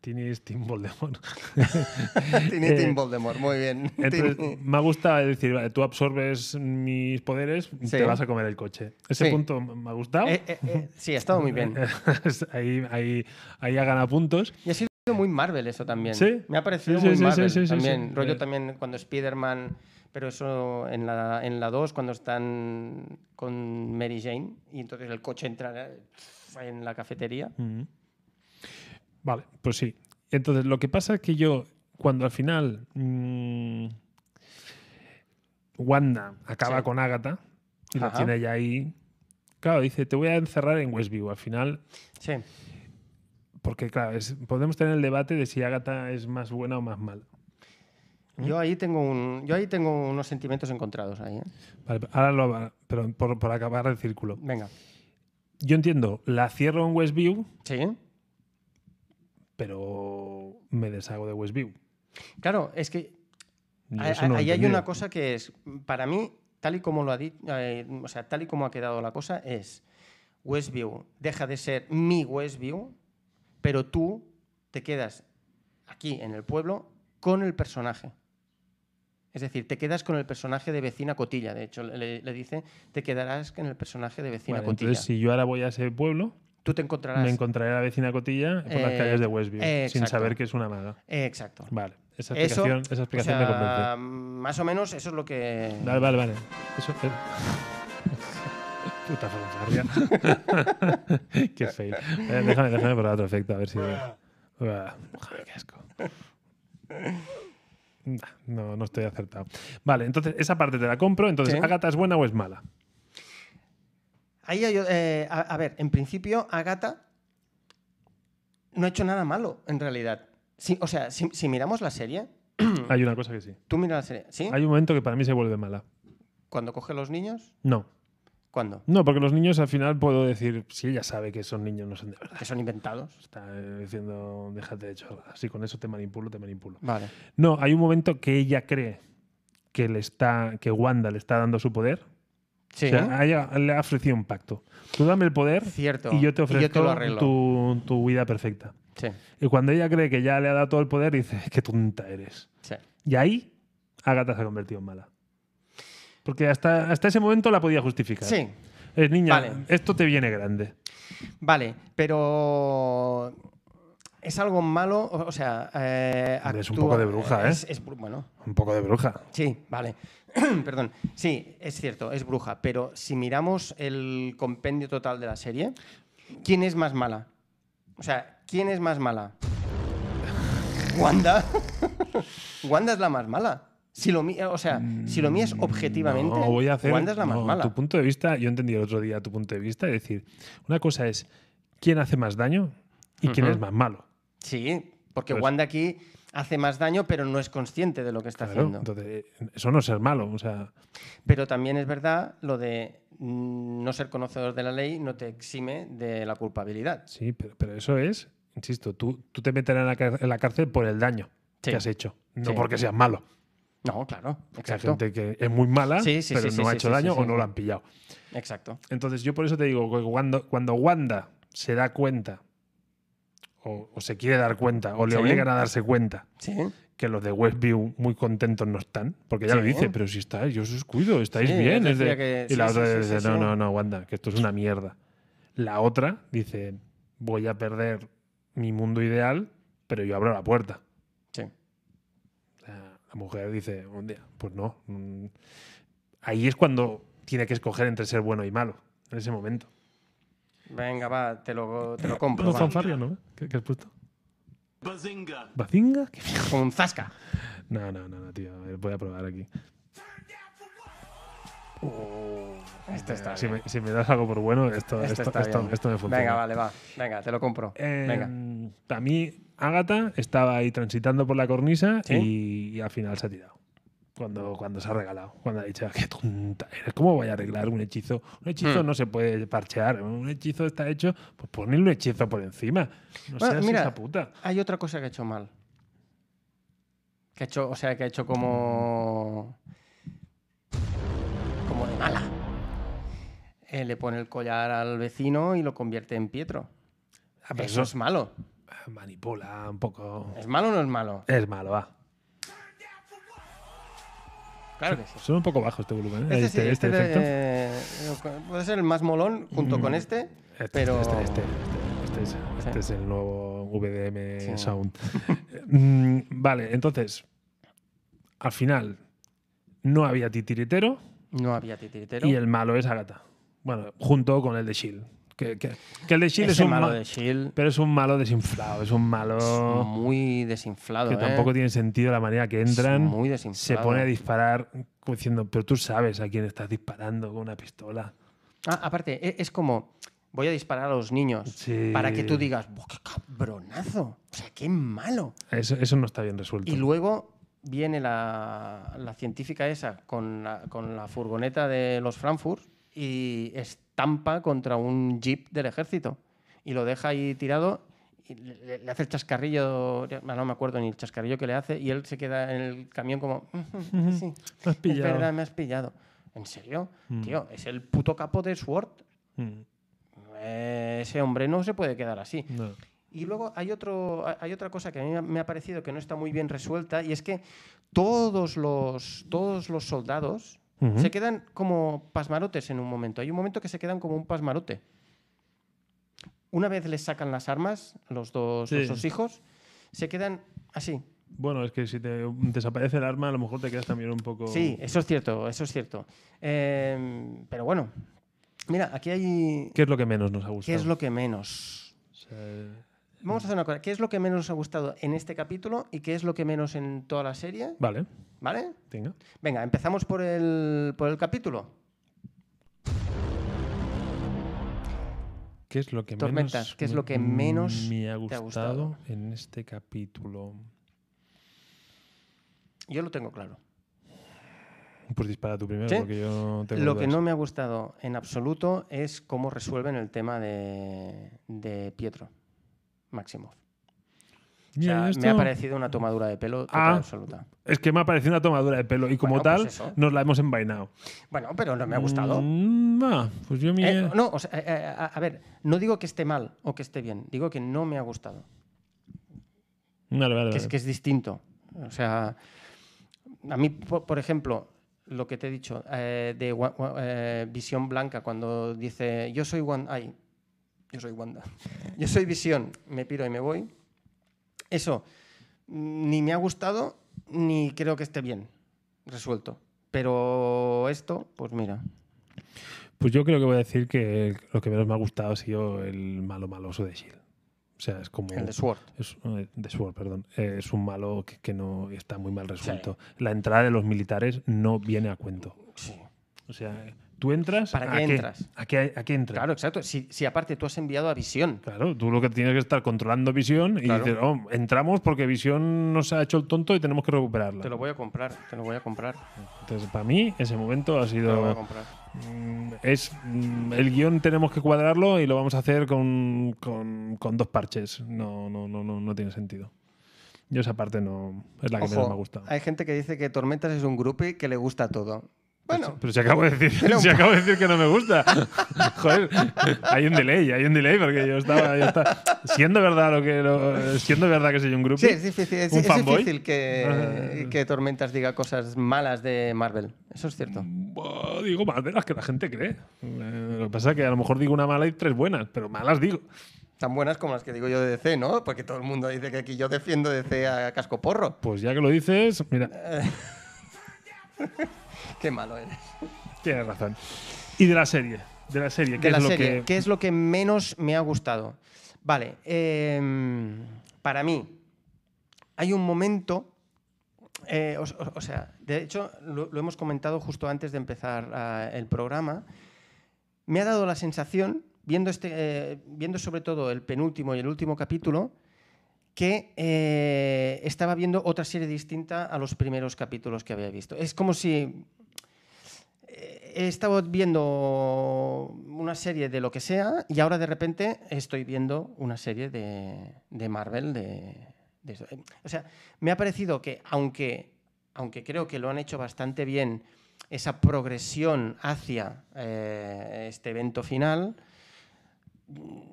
S2: Tienes Team Voldemort.
S1: *laughs* Tini
S2: Eh,
S1: Tim Voldemort, muy bien.
S2: Entonces,
S1: Tini.
S2: me ha gustado decir, vale, tú absorbes mis poderes,
S1: Sí.
S2: te vas a comer el coche. Ese
S1: Sí.
S2: punto me ha gustado.
S1: Eh, eh, eh, sí, ha estado muy bien.
S2: *laughs* ahí, ahí, ahí ha ganado puntos.
S1: Y ha sido muy Marvel eso también.
S2: Sí.
S1: Me ha parecido
S2: Sí, sí,
S1: muy
S2: sí,
S1: Marvel
S2: sí, sí, sí,
S1: también.
S2: sí.
S1: Rollo
S2: Eh.
S1: también cuando Spider-Man, pero eso en la, en la 2 cuando están con Mary Jane y entonces el coche entra eh, en la cafetería.
S2: Mm. Vale, pues sí. Entonces, lo que pasa es que yo, cuando al final mm, Wanda acaba
S1: Sí.
S2: con Agatha y la
S1: Ajá.
S2: tiene ya ahí, claro, dice, te voy a encerrar en Westview al final,
S1: Sí,
S2: porque claro, es- podemos tener el debate de si Agatha es más buena o más mala. Mm.
S1: yo ahí tengo un yo ahí tengo unos sentimientos encontrados ahí, ¿eh?
S2: Vale, ahora lo va- pero por, por acabar el círculo.
S1: Venga.
S2: Yo entiendo, la cierro en Westview,
S1: Sí.
S2: pero me deshago de Westview.
S1: Claro, es que
S2: Yo
S1: a-
S2: eso no lo
S1: ahí
S2: he
S1: hay una
S2: entendido.
S1: cosa que es para mí tal y como lo ha dicho, o sea, tal y como ha quedado la cosa es Westview deja de ser mi Westview, pero tú te quedas aquí en el pueblo con el personaje. Es decir, te quedas con el personaje de vecina Cotilla. De hecho, le, le dice, te quedarás con el personaje de vecina
S2: Vale,
S1: Cotilla.
S2: entonces, si yo ahora voy a ese pueblo,
S1: Tú te encontrarás.
S2: Me encontraré a la vecina Cotilla por las
S1: Eh,
S2: calles de Westview,
S1: eh,
S2: sin
S1: exacto.
S2: saber que es una maga.
S1: Eh, exacto.
S2: Vale, esa
S1: Eso,
S2: explicación, esa
S1: O
S2: explicación me
S1: sea,
S2: convence.
S1: más o menos eso es lo que.
S2: Vale, vale, vale. Eso eh. *laughs* Puta fanfarria. *laughs* Qué fail. Eh, déjame, déjame probar otro efecto, a ver si. Buah, joder, qué asco. Nah, No, no estoy acertado. Vale, entonces esa parte te la compro. Entonces,
S1: Sí.
S2: ¿Agatha es buena o es mala?
S1: Ahí hay, eh, a, a ver, en principio, Agatha no ha hecho nada malo, en realidad. Si- o sea, si, si miramos la serie,
S2: Hay una cosa que sí.
S1: tú miras la serie, Hmm. ¿sí?
S2: Hay un momento que para mí se vuelve mala.
S1: ¿Cuando coge los niños?
S2: No.
S1: ¿Cuándo?
S2: No, porque los niños al final puedo decir, si ella sabe que esos niños no son de verdad.
S1: Que son inventados.
S2: Está eh, diciendo, déjate de chorradas. Si con eso te manipulo, te manipulo.
S1: Vale.
S2: No, hay un momento que ella cree que le está, que Wanda le está dando su poder.
S1: Sí.
S2: O sea, a ella le ha ofrecido un pacto. Tú dame el poder
S1: Cierto.
S2: y
S1: Y
S2: yo te
S1: yo te
S2: ofrezco
S1: lo arreglo.
S2: tu, tu vida perfecta.
S1: Sí,
S2: Y cuando ella cree que ya le ha dado todo el poder, dice, qué tonta eres.
S1: sí.
S2: Y ahí Agatha se ha convertido en mala. Porque hasta, hasta ese momento la podía justificar.
S1: Sí.
S2: Es niña,
S1: Vale.
S2: esto te viene grande.
S1: Vale, pero. ¿Es algo malo? O o sea. eh,
S2: Hombre, es un
S1: actúa-
S2: poco de bruja, ¿eh?
S1: es- es bru- bueno,
S2: Un poco de bruja.
S1: sí, vale. *clears throat* Perdón. Sí, es cierto, es bruja. Pero si miramos el compendio total de la serie, ¿quién es más mala? O sea, ¿quién es más mala? Wanda. *laughs* Wanda es la más mala. Si lo, mi- eh, o sea, si lo mías objetivamente,
S2: Mm, No, voy a hacer
S1: Wanda es la más
S2: no,
S1: mala.
S2: tu punto de vista. Yo entendí el otro día tu punto de vista. Es decir, una cosa es quién hace más daño y quién
S1: Ujú.
S2: es más malo.
S1: Sí, porque
S2: Pues-
S1: Wanda aquí hace más daño, pero no es consciente de lo que está
S2: Claro,
S1: haciendo.
S2: entonces, eso no es ser malo. O sea,
S1: Pero también es verdad lo de mm, no ser conocedor de la ley no te exime de la culpabilidad.
S2: sí, pero, pero eso es, insisto, tú, tú te meterás en la, cár- en la cárcel por el daño
S1: Sí.
S2: que has hecho, no
S1: Sí.
S2: porque seas malo.
S1: No, claro,
S2: Porque hay
S1: exacto.
S2: gente que es muy mala,
S1: Sí, sí,
S2: pero
S1: sí,
S2: no
S1: sí,
S2: ha
S1: sí,
S2: hecho
S1: sí,
S2: daño
S1: sí,
S2: o
S1: sí.
S2: no lo han pillado.
S1: Exacto.
S2: Entonces, yo por eso te digo que cuando, cuando Wanda se da cuenta, o, o se quiere dar cuenta, o le
S1: Sí.
S2: obligan a darse cuenta,
S1: Sí,
S2: que los de Westview muy contentos no están, porque ya
S1: Sí.
S2: lo dice, pero si estáis, yo os cuido, estáis
S1: Sí,
S2: bien.
S1: ella
S2: es de-
S1: decía que-
S2: y la
S1: sí,
S2: otra
S1: sí, sí,
S2: dice,
S1: sí,
S2: no,
S1: sí.
S2: no, no, Wanda, que esto es una mierda. La otra dice, voy a perder mi mundo ideal, pero yo abro la puerta.
S1: sí.
S2: O sea, La mujer dice, un día, pues no. mm. Ahí es cuando tiene que escoger entre ser bueno y malo, en ese momento.
S1: Venga, va, te lo,
S2: Eh,
S1: te lo compro. va.
S2: Pues fanfarria, ¿no? ¿Qué, has puesto?
S3: Bazinga!
S2: ¿Bazinga?
S1: Como un zasca.
S2: *laughs* No, no, no, no, tío. a ver, Voy a probar aquí.
S1: Esto Uh, este está
S2: Si
S1: bien.
S2: Eh, me, si me das algo por bueno, esto,
S1: Esto
S2: esto,
S1: está
S2: esto-
S1: bien.
S2: esto me funciona.
S1: Venga, vale, va. Venga, te lo compro.
S2: Eh,
S1: Venga.
S2: Para mí, Ágata estaba ahí transitando por la cornisa
S1: ¿Sí?
S2: y, y al final se ha tirado. Cuando, cuando se ha regalado. Cuando ha dicho, "Ah, qué tonta eres. ¿Cómo voy a arreglar un hechizo? Un hechizo
S1: Hmm.
S2: no se puede parchear. Un hechizo está hecho, pues ponerle un hechizo por encima. No
S1: Bueno,
S2: seas
S1: mira,
S2: esa puta.
S1: Hay otra cosa que ha hecho mal. Que ha hecho, o sea, que ha hecho como. como de mala. Eh, le pone el collar al vecino y lo convierte en Pietro.
S2: Ah, pero
S1: Eso es malo.
S2: manipula un poco.
S1: ¿Es malo o no es malo?
S2: Es malo, va.
S1: Claro que sí.
S2: Son un poco bajos este volumen. ¿eh?
S1: Este,
S2: este,
S1: sí,
S2: este
S1: este de-
S2: efecto.
S1: eh, puede ser el más molón junto con este,
S2: Este,
S1: pero.
S2: este, este, este, este es, este es el nuevo VDM
S1: Sí.
S2: Sound. *laughs* Mm, vale, entonces, al final no había titiritero
S1: No había titiritero.
S2: y el malo es Agatha. Bueno, junto con el de Shield. Que, que- que el de Shield
S1: Ese
S2: es un
S1: malo
S2: ma-
S1: de Shield.
S2: Pero es un malo desinflado, es un malo
S1: Muy desinflado.
S2: que
S1: ¿eh?
S2: tampoco tiene sentido la manera que entran.
S1: Muy
S2: se
S1: desinflado.
S2: pone a disparar como diciendo, pero tú sabes a quién estás disparando con una pistola.
S1: Ah, aparte, e- es como, voy a disparar a los niños
S2: Sí.
S1: para que tú digas, "Buah, ¡qué cabronazo! O sea, qué malo.
S2: Eso, eso no está bien resuelto. *laughs*
S1: Y luego viene la, la científica esa con la, con la furgoneta de los Frankfurt y estampa contra un jeep del ejército y lo deja ahí tirado. Y le, le hace el chascarrillo, ya- no me acuerdo ni el chascarrillo que le hace, y él se queda en el camión como, "Ujú, sí,
S2: Me
S1: es
S2: has pillado.
S1: verdad, me has pillado. ¿En serio? Tío, es el puto capo de Sword.
S2: Mm,
S1: Eh, ese hombre no se puede quedar así.
S2: no.
S1: Y luego hay, otro, hay- hay otra cosa que a mí me ha parecido que no está muy bien resuelta y es que todos los, todos los soldados
S2: Ujú.
S1: se quedan como pasmarotes en un momento. Hay un momento que se quedan como un pasmarote. Una vez les sacan las armas, los dos
S2: Sí.
S1: los dos hijos, se quedan así.
S2: Bueno, es que si te desaparece el arma, a lo mejor te quedas también un poco.
S1: Sí, eso es cierto, eso es cierto. Eh, pero bueno, mira, aquí hay...
S2: ¿Qué es lo que menos nos ha
S1: ¿Qué
S2: gustado?
S1: es lo que menos?
S2: O sea,
S1: Vamos a hacer una cosa. ¿Qué es lo que menos os ha gustado en este capítulo y qué es lo que menos en toda la serie?
S2: Vale,
S1: ¿Vale?
S2: venga.
S1: Venga, empezamos por el, por el capítulo.
S2: ¿Qué es lo que
S1: Tormentas,
S2: menos
S1: ¿qué es
S2: me-
S1: lo que menos
S2: me ha
S1: te ha
S2: gustado,
S1: gustado?
S2: en este capítulo?
S1: Yo lo tengo claro.
S2: Pues dispara tú primero,
S1: ¿Sí?
S2: porque yo tengo
S1: Lo que
S2: dudas.
S1: no me ha gustado en absoluto es cómo resuelven el tema de, de Pietro Maximoff. O
S2: Ya,
S1: sea,
S2: esto-
S1: me ha parecido una tomadura de pelo total
S2: Ah.
S1: absoluta.
S2: Es que me ha parecido una tomadura de pelo y como
S1: Bueno,
S2: tal
S1: pues eso.
S2: nos la hemos envainado.
S1: Bueno, pero no me ha gustado.
S2: Mm, nah, pues yo mi-
S1: Eh, no, o sea, eh, eh, a, a ver, no digo que esté mal o que esté bien, digo que no me ha gustado,
S2: Vale, vale,
S1: que es,
S2: vale.
S1: que es distinto. O sea, a mí, po- por ejemplo, lo que te he dicho eh, de Wa- Wa- eh, Visión Blanca, cuando dice, yo soy Wanda, ay, yo soy Wanda, *laughs* yo soy Visión, me piro y me voy, eso mm, ni me ha gustado ni creo que esté bien resuelto. Pero esto, pues mira,
S2: Pues yo creo que voy a decir que lo que menos me ha gustado ha sido el malo maloso de Shield. O sea, es como.
S1: el de Sword.
S2: Es, eh, de Sword, perdón. Eh, es un malo que, que no está muy mal resuelto. La entrada de los militares no viene a cuento.
S1: Sí.
S2: O sea, eh, tú entras.
S1: ¿Para
S2: ¿a
S1: qué entras?
S2: ¿A qué, a qué entras?
S1: Claro, exacto. Si, si aparte tú has enviado a Visión.
S2: Claro, tú lo que tienes que estar controlando visión y
S1: Claro.
S2: dices, oh, entramos porque visión nos ha hecho el tonto y tenemos que recuperarla.
S1: Te lo voy a comprar, te lo voy a comprar.
S2: Entonces, para mí, ese momento ha
S1: Te lo voy a
S2: sido.
S1: comprar.
S2: mm, Es, mm, el guión tenemos que cuadrarlo y lo vamos a hacer con, con- con dos parches. No, no, no, no, no tiene sentido. Yo esa parte no. Es la que menos me ha
S1: Ojo,
S2: gustado.
S1: hay gente que dice que Tormentas es un grupo que le gusta todo. Bueno,
S2: Pues Pero si acabo de decir,
S1: Era un
S2: *laughs* si
S1: po-
S2: acabo de decir que no me gusta. *laughs* Joder, hay un delay, hay un delay porque yo estaba, yo estaba- siendo verdad lo que lo- siendo verdad que soy un grupo.
S1: sí, es difícil, es,
S2: ¿Un
S1: es
S2: fanboy? Eh.
S1: difícil que, que Tormentas diga cosas malas de Marvel. Eso es cierto.
S2: digo más de las que la gente cree. Eh, lo que pasa es que a lo mejor digo una mala y tres buenas, pero malas digo.
S1: Tan buenas como las que digo yo de DC, ¿no? Porque todo el mundo dice que aquí yo defiendo DC a casco porro.
S2: Pues ya que lo dices, mira,
S1: Qué malo eres.
S2: tienes razón. Y de la serie, de la serie, que
S1: de
S2: es
S1: la
S2: lo
S1: serie.
S2: que
S1: ¿Qué es lo que menos me ha gustado? Vale, em, para mí hay un momento, eh, o, o- o sea, de hecho lo, lo hemos comentado justo antes de empezar ah, el programa, me ha dado la sensación, viendo, este, eh, viendo sobre todo el penúltimo y el último capítulo, que eh, estaba viendo otra serie distinta a los primeros capítulos que había visto. Es como si eh, he estado viendo una serie de lo que sea y ahora de repente estoy viendo una serie de, de Marvel. De, de eso. Eh, O sea, me ha parecido que aunque, aunque creo que lo han hecho bastante bien esa progresión hacia eh, este evento final, mm,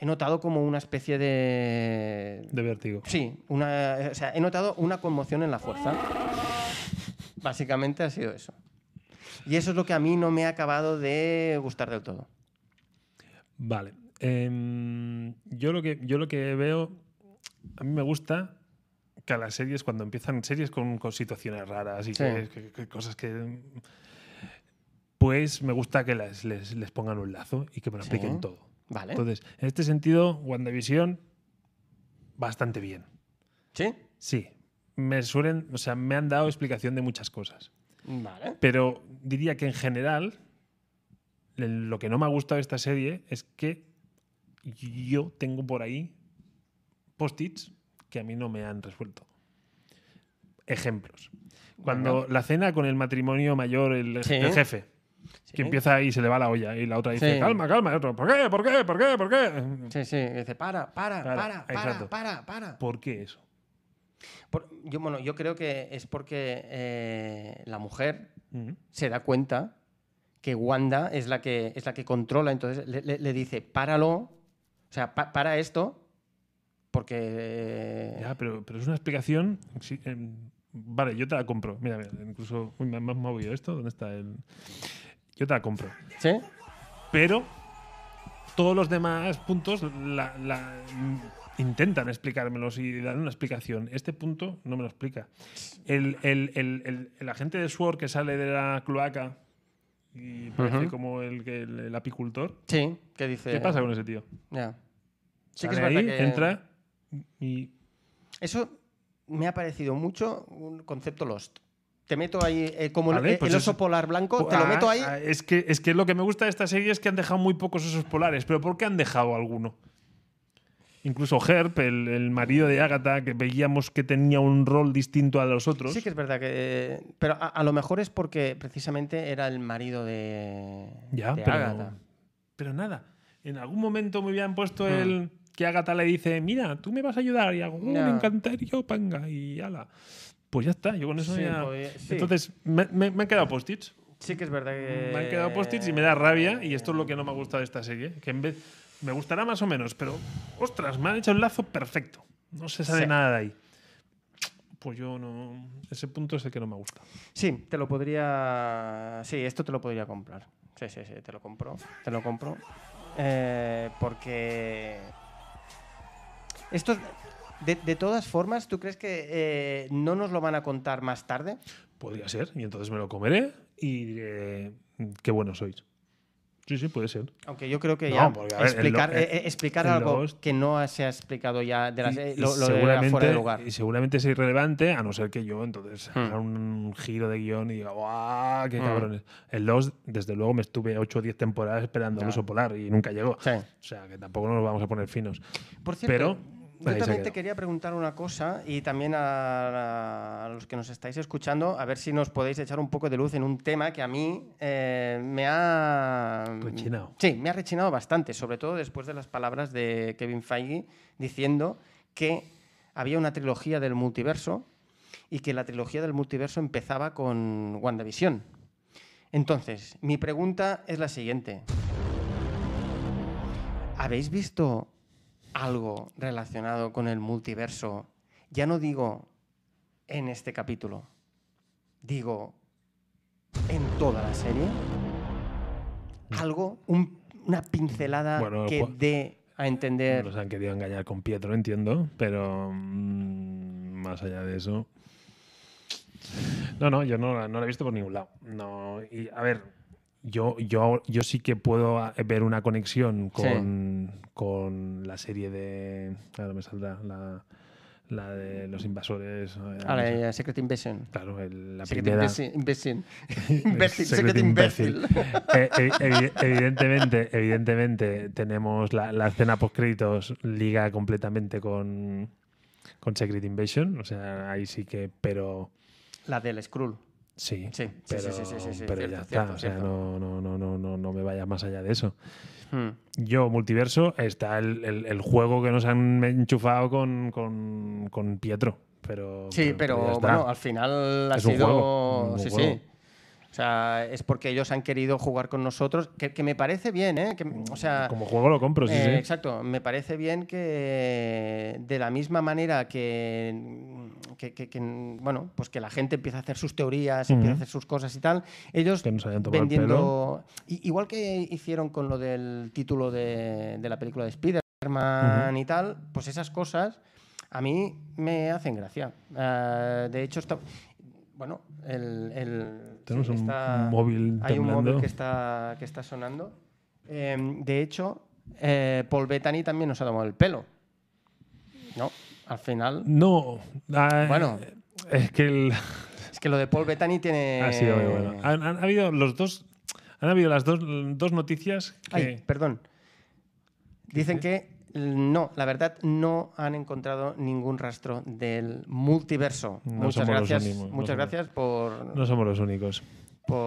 S1: he notado como una especie de...
S2: de vértigo.
S1: Sí, una, eh, o sea, he notado una conmoción en la fuerza. Básicamente ha sido eso. Y eso es lo que a mí no me ha acabado de gustar del todo.
S2: Vale. Em, yo, lo que, yo lo que veo, a mí me gusta que a las series, cuando empiezan series con, con situaciones raras y
S1: Sí.
S2: que- que- que cosas que... Pues me gusta que las- les, les pongan un lazo y que me lo
S1: Sí.
S2: expliquen todo.
S1: Vale.
S2: Entonces, en este sentido, WandaVision, bastante bien.
S1: ¿Sí?
S2: Sí. Me suelen, o sea, me han dado explicación de muchas cosas.
S1: Vale.
S2: Pero diría que en general, el- lo que no me ha gustado de esta serie es que yo tengo por ahí post-its que a mí no me han resuelto. Ejemplos. Cuando la cena con el matrimonio mayor, el,
S1: Sí.
S2: el jefe,
S1: Sí.
S2: que empieza y se le va la olla, y la otra dice,
S1: Sí.
S2: calma, calma, y otro, ¿por qué? ¿Por qué? ¿Por qué? ¿Por qué?
S1: Sí, sí. Dice, para, para,
S2: Para,
S1: para, para,
S2: exacto.
S1: para, para.
S2: ¿Por qué eso?
S1: Por- yo, bueno, yo creo que es porque eh, la mujer
S2: Mm.
S1: se da cuenta que Wanda es la que, es la que controla, entonces le, le- le dice, páralo, o sea, pa- para esto, porque... eh,
S2: Ya, pero, pero es una explicación. sí, em, vale, yo te la compro. Mira, mira, incluso. Uy, me me has movido esto. ¿Dónde está el.? Yo te la compro.
S1: ¿Sí?
S2: Pero todos los demás puntos la- la- mm, intentan explicármelos y dan una explicación. Este punto no me lo explica. El, el- el- el- el agente de Sword que sale de la cloaca y parece
S1: Ujú.
S2: como el, que- el- el apicultor.
S1: Sí, ¿qué dice?
S2: ¿Qué pasa con ese tío?
S1: Ya. Sí que
S2: Sale
S1: es verdad
S2: ahí,
S1: que-
S2: entra y
S1: Eso me ha parecido mucho un concepto Lost. Te meto ahí, eh, como el-
S2: Vale,
S1: el,
S2: pues
S1: oso
S2: eso.
S1: polar blanco, te lo
S2: Ah,
S1: meto ahí.
S2: ah, Es que, es que lo que me gusta de esta serie es que han dejado muy pocos osos polares, pero ¿por qué han dejado alguno? Incluso Herp, el, el marido de Agatha, que veíamos que tenía un rol distinto a los otros.
S1: Sí que es verdad que... Pero a, a lo mejor es porque precisamente era el marido de,
S2: Ya,
S1: de
S2: pero,
S1: Ágata.
S2: pero nada. En algún momento me habían puesto
S1: Hmm.
S2: el que Agatha le dice, mira, tú me vas a ayudar y hago un
S1: Ya.
S2: encantario, panga, y ala. Pues ya está, yo con eso
S1: Sí,
S2: ya...
S1: pues, sí.
S2: Entonces, me, me- me han quedado post-its.
S1: Sí que es verdad que...
S2: Me han quedado post-its y me da rabia, y esto es lo que no me ha gustado de esta serie. Que en vez... Me gustará más o menos, pero, ostras, me han hecho el lazo perfecto. No se sabe
S1: Sí.
S2: nada de ahí. Pues yo no... Ese punto es el que no me gusta.
S1: Sí, te lo podría... Sí, esto te lo podría comprar. Sí, sí, sí, te lo compro. Te lo compro. Eh, porque... Esto... De, de todas formas, ¿tú crees que eh, no nos lo van a contar más tarde?
S2: Podría ser, y entonces me lo comeré y diré, "Mm, qué bueno sois. Sí, sí, puede ser.
S1: Aunque yo creo que
S2: No,
S1: ya
S2: porque, a ver, el
S1: explicar,
S2: lo-
S1: eh, eh, explicar
S2: el
S1: algo
S2: Lost-
S1: que no se ha explicado ya de las,
S2: Y-
S1: eh,
S2: y
S1: lo, lo de fuera de lugar. Hmm.
S2: y seguramente es irrelevante, a no ser que yo entonces haga un giro de guión y diga, ¡guau! ¡Qué cabrones! El 2, desde luego, me estuve 8 o 10 temporadas esperando al
S1: Ya.
S2: uso polar y nunca llegó.
S1: Sí.
S2: O sea, que tampoco nos vamos a poner finos.
S1: Por cierto,
S2: Pero,
S1: yo
S2: ahí se
S1: también te
S2: quedó.
S1: quería preguntar una cosa y también a, a los que nos estáis escuchando, a ver si nos podéis echar un poco de luz en un tema que a mí eh, me ha...
S2: Rechinado.
S1: Sí, me ha rechinado bastante, sobre todo después de las palabras de Kevin Feige diciendo que había una trilogía del multiverso y que la trilogía del multiverso empezaba con WandaVision. Entonces, mi pregunta es la siguiente. ¿Habéis visto algo relacionado con el multiverso? Ya no digo en este capítulo, digo en toda la serie. Algo, un- una pincelada
S2: Mm. Bueno, pues,
S1: que
S2: Juan-
S1: dé a entender.
S2: Nos han querido engañar con Pietro, entiendo, pero mm, más allá de eso. No, no, yo no, la- no la he visto por ningún lado. No, y a ver, yo, yo, yo sí que puedo a- ver una conexión con, con la serie de. Claro, me saldrá la, la de los invasores. eh, no
S1: Ahora,
S2: sé.
S1: ya, Secret Invasion.
S2: Claro, el- la
S1: Secret
S2: primera.
S1: Invasi-
S2: *laughs*
S1: Invasion. Imbécil,
S2: Secret
S1: secret imbécil.
S2: *laughs* Eh, evi- evi- evidentemente, evidentemente, tenemos la, la escena post-créditos liga completamente con, con Secret Invasion. O sea, ahí sí que, pero
S1: La del Skrull.
S2: sí.
S1: Sí, sí,
S2: pero,
S1: sí, sí, sí, sí, sí,
S2: pero
S1: cierto,
S2: ya está.
S1: cierto,
S2: o sea,
S1: cierto.
S2: no, no, no, no, no, no me vayas más allá de eso.
S1: Hmm.
S2: Yo, multiverso, está el, el- el juego que nos han enchufado con, con, con Pietro. Pero,
S1: Sí,
S2: ya
S1: pero
S2: está.
S1: bueno, al final ha
S2: Es un
S1: sido.
S2: juego, un
S1: sí,
S2: juego.
S1: sí. O sea, es porque ellos han querido jugar con nosotros, que, que me parece bien, ¿eh? Que, o sea,
S2: Como juego lo compro, sí,
S1: eh,
S2: sí.
S1: exacto, me parece bien que de la misma manera que, que, que- que, bueno, pues que la gente empieza a hacer sus teorías, empieza a hacer sus cosas y tal, ellos
S2: Que nos hayan tomado el
S1: vendiendo, i- igual que hicieron con lo del título de, de la película de Spider. Spider-Man y tal, pues esas cosas a mí me hacen gracia. Eh, de hecho, está, bueno, el, el-
S2: Tenemos un
S1: está-
S2: móvil
S1: Hay un móvil
S2: temblando.
S1: que está, que está sonando. Eh, de hecho, eh, Paul Bettany también nos ha tomado el pelo. ¿No? Al final.
S2: No. ah,
S1: Bueno.
S2: Es que el,
S1: Es que lo de Paul Bettany tiene.
S2: ha sido muy bueno. Han, han habido los dos. Han habido las dos, dos noticias que.
S1: Ay, perdón. Dicen que mm, no, la verdad no han encontrado ningún rastro del multiverso.
S2: No
S1: muchas
S2: somos los
S1: gracias,
S2: únicos, no
S1: muchas
S2: somos-
S1: gracias por,
S2: no somos los únicos.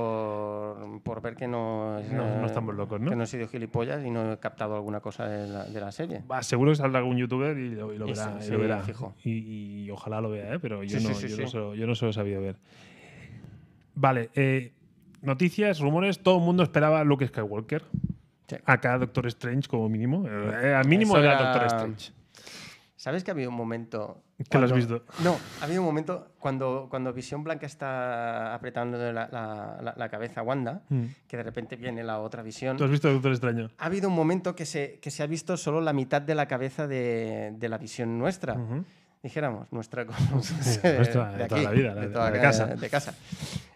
S1: por, por ver que no, eh,
S2: No, no estamos locos, ¿no?
S1: Que no he sido gilipollas y no he captado alguna cosa de la, de la serie.
S2: Va, seguro que saldrá algún youtuber y lo, y lo
S1: Sí,
S2: verá.
S1: sí,
S2: y lo verá.
S1: fijo.
S2: Y, y ojalá lo vea, ¿eh? pero yo,
S1: Sí,
S2: no,
S1: sí, sí,
S2: yo,
S1: sí.
S2: No se lo, yo no se lo he sabido ver. Vale. eh, noticias, rumores. Todo el mundo esperaba Luke Skywalker.
S1: Sí.
S2: Acá Doctor Strange como mínimo. Eh, a mínimo
S1: Eso
S2: era
S1: era-
S2: Doctor Strange.
S1: ¿Sabes que había un momento.
S2: Que lo has visto.
S1: No, había un momento cuando, cuando Visión Blanca está apretando la, la- la- la cabeza a Wanda,
S2: Mm.
S1: que de repente viene la otra visión.
S2: ¿Tú has visto Doctor Extraño?
S1: Ha habido un momento que se, que se ha visto solo la mitad de la cabeza de, de la visión nuestra.
S2: Ujú.
S1: Dijéramos, nuestra como
S2: *laughs* nuestra, de toda la vida, la de- la de casa.
S1: de casa.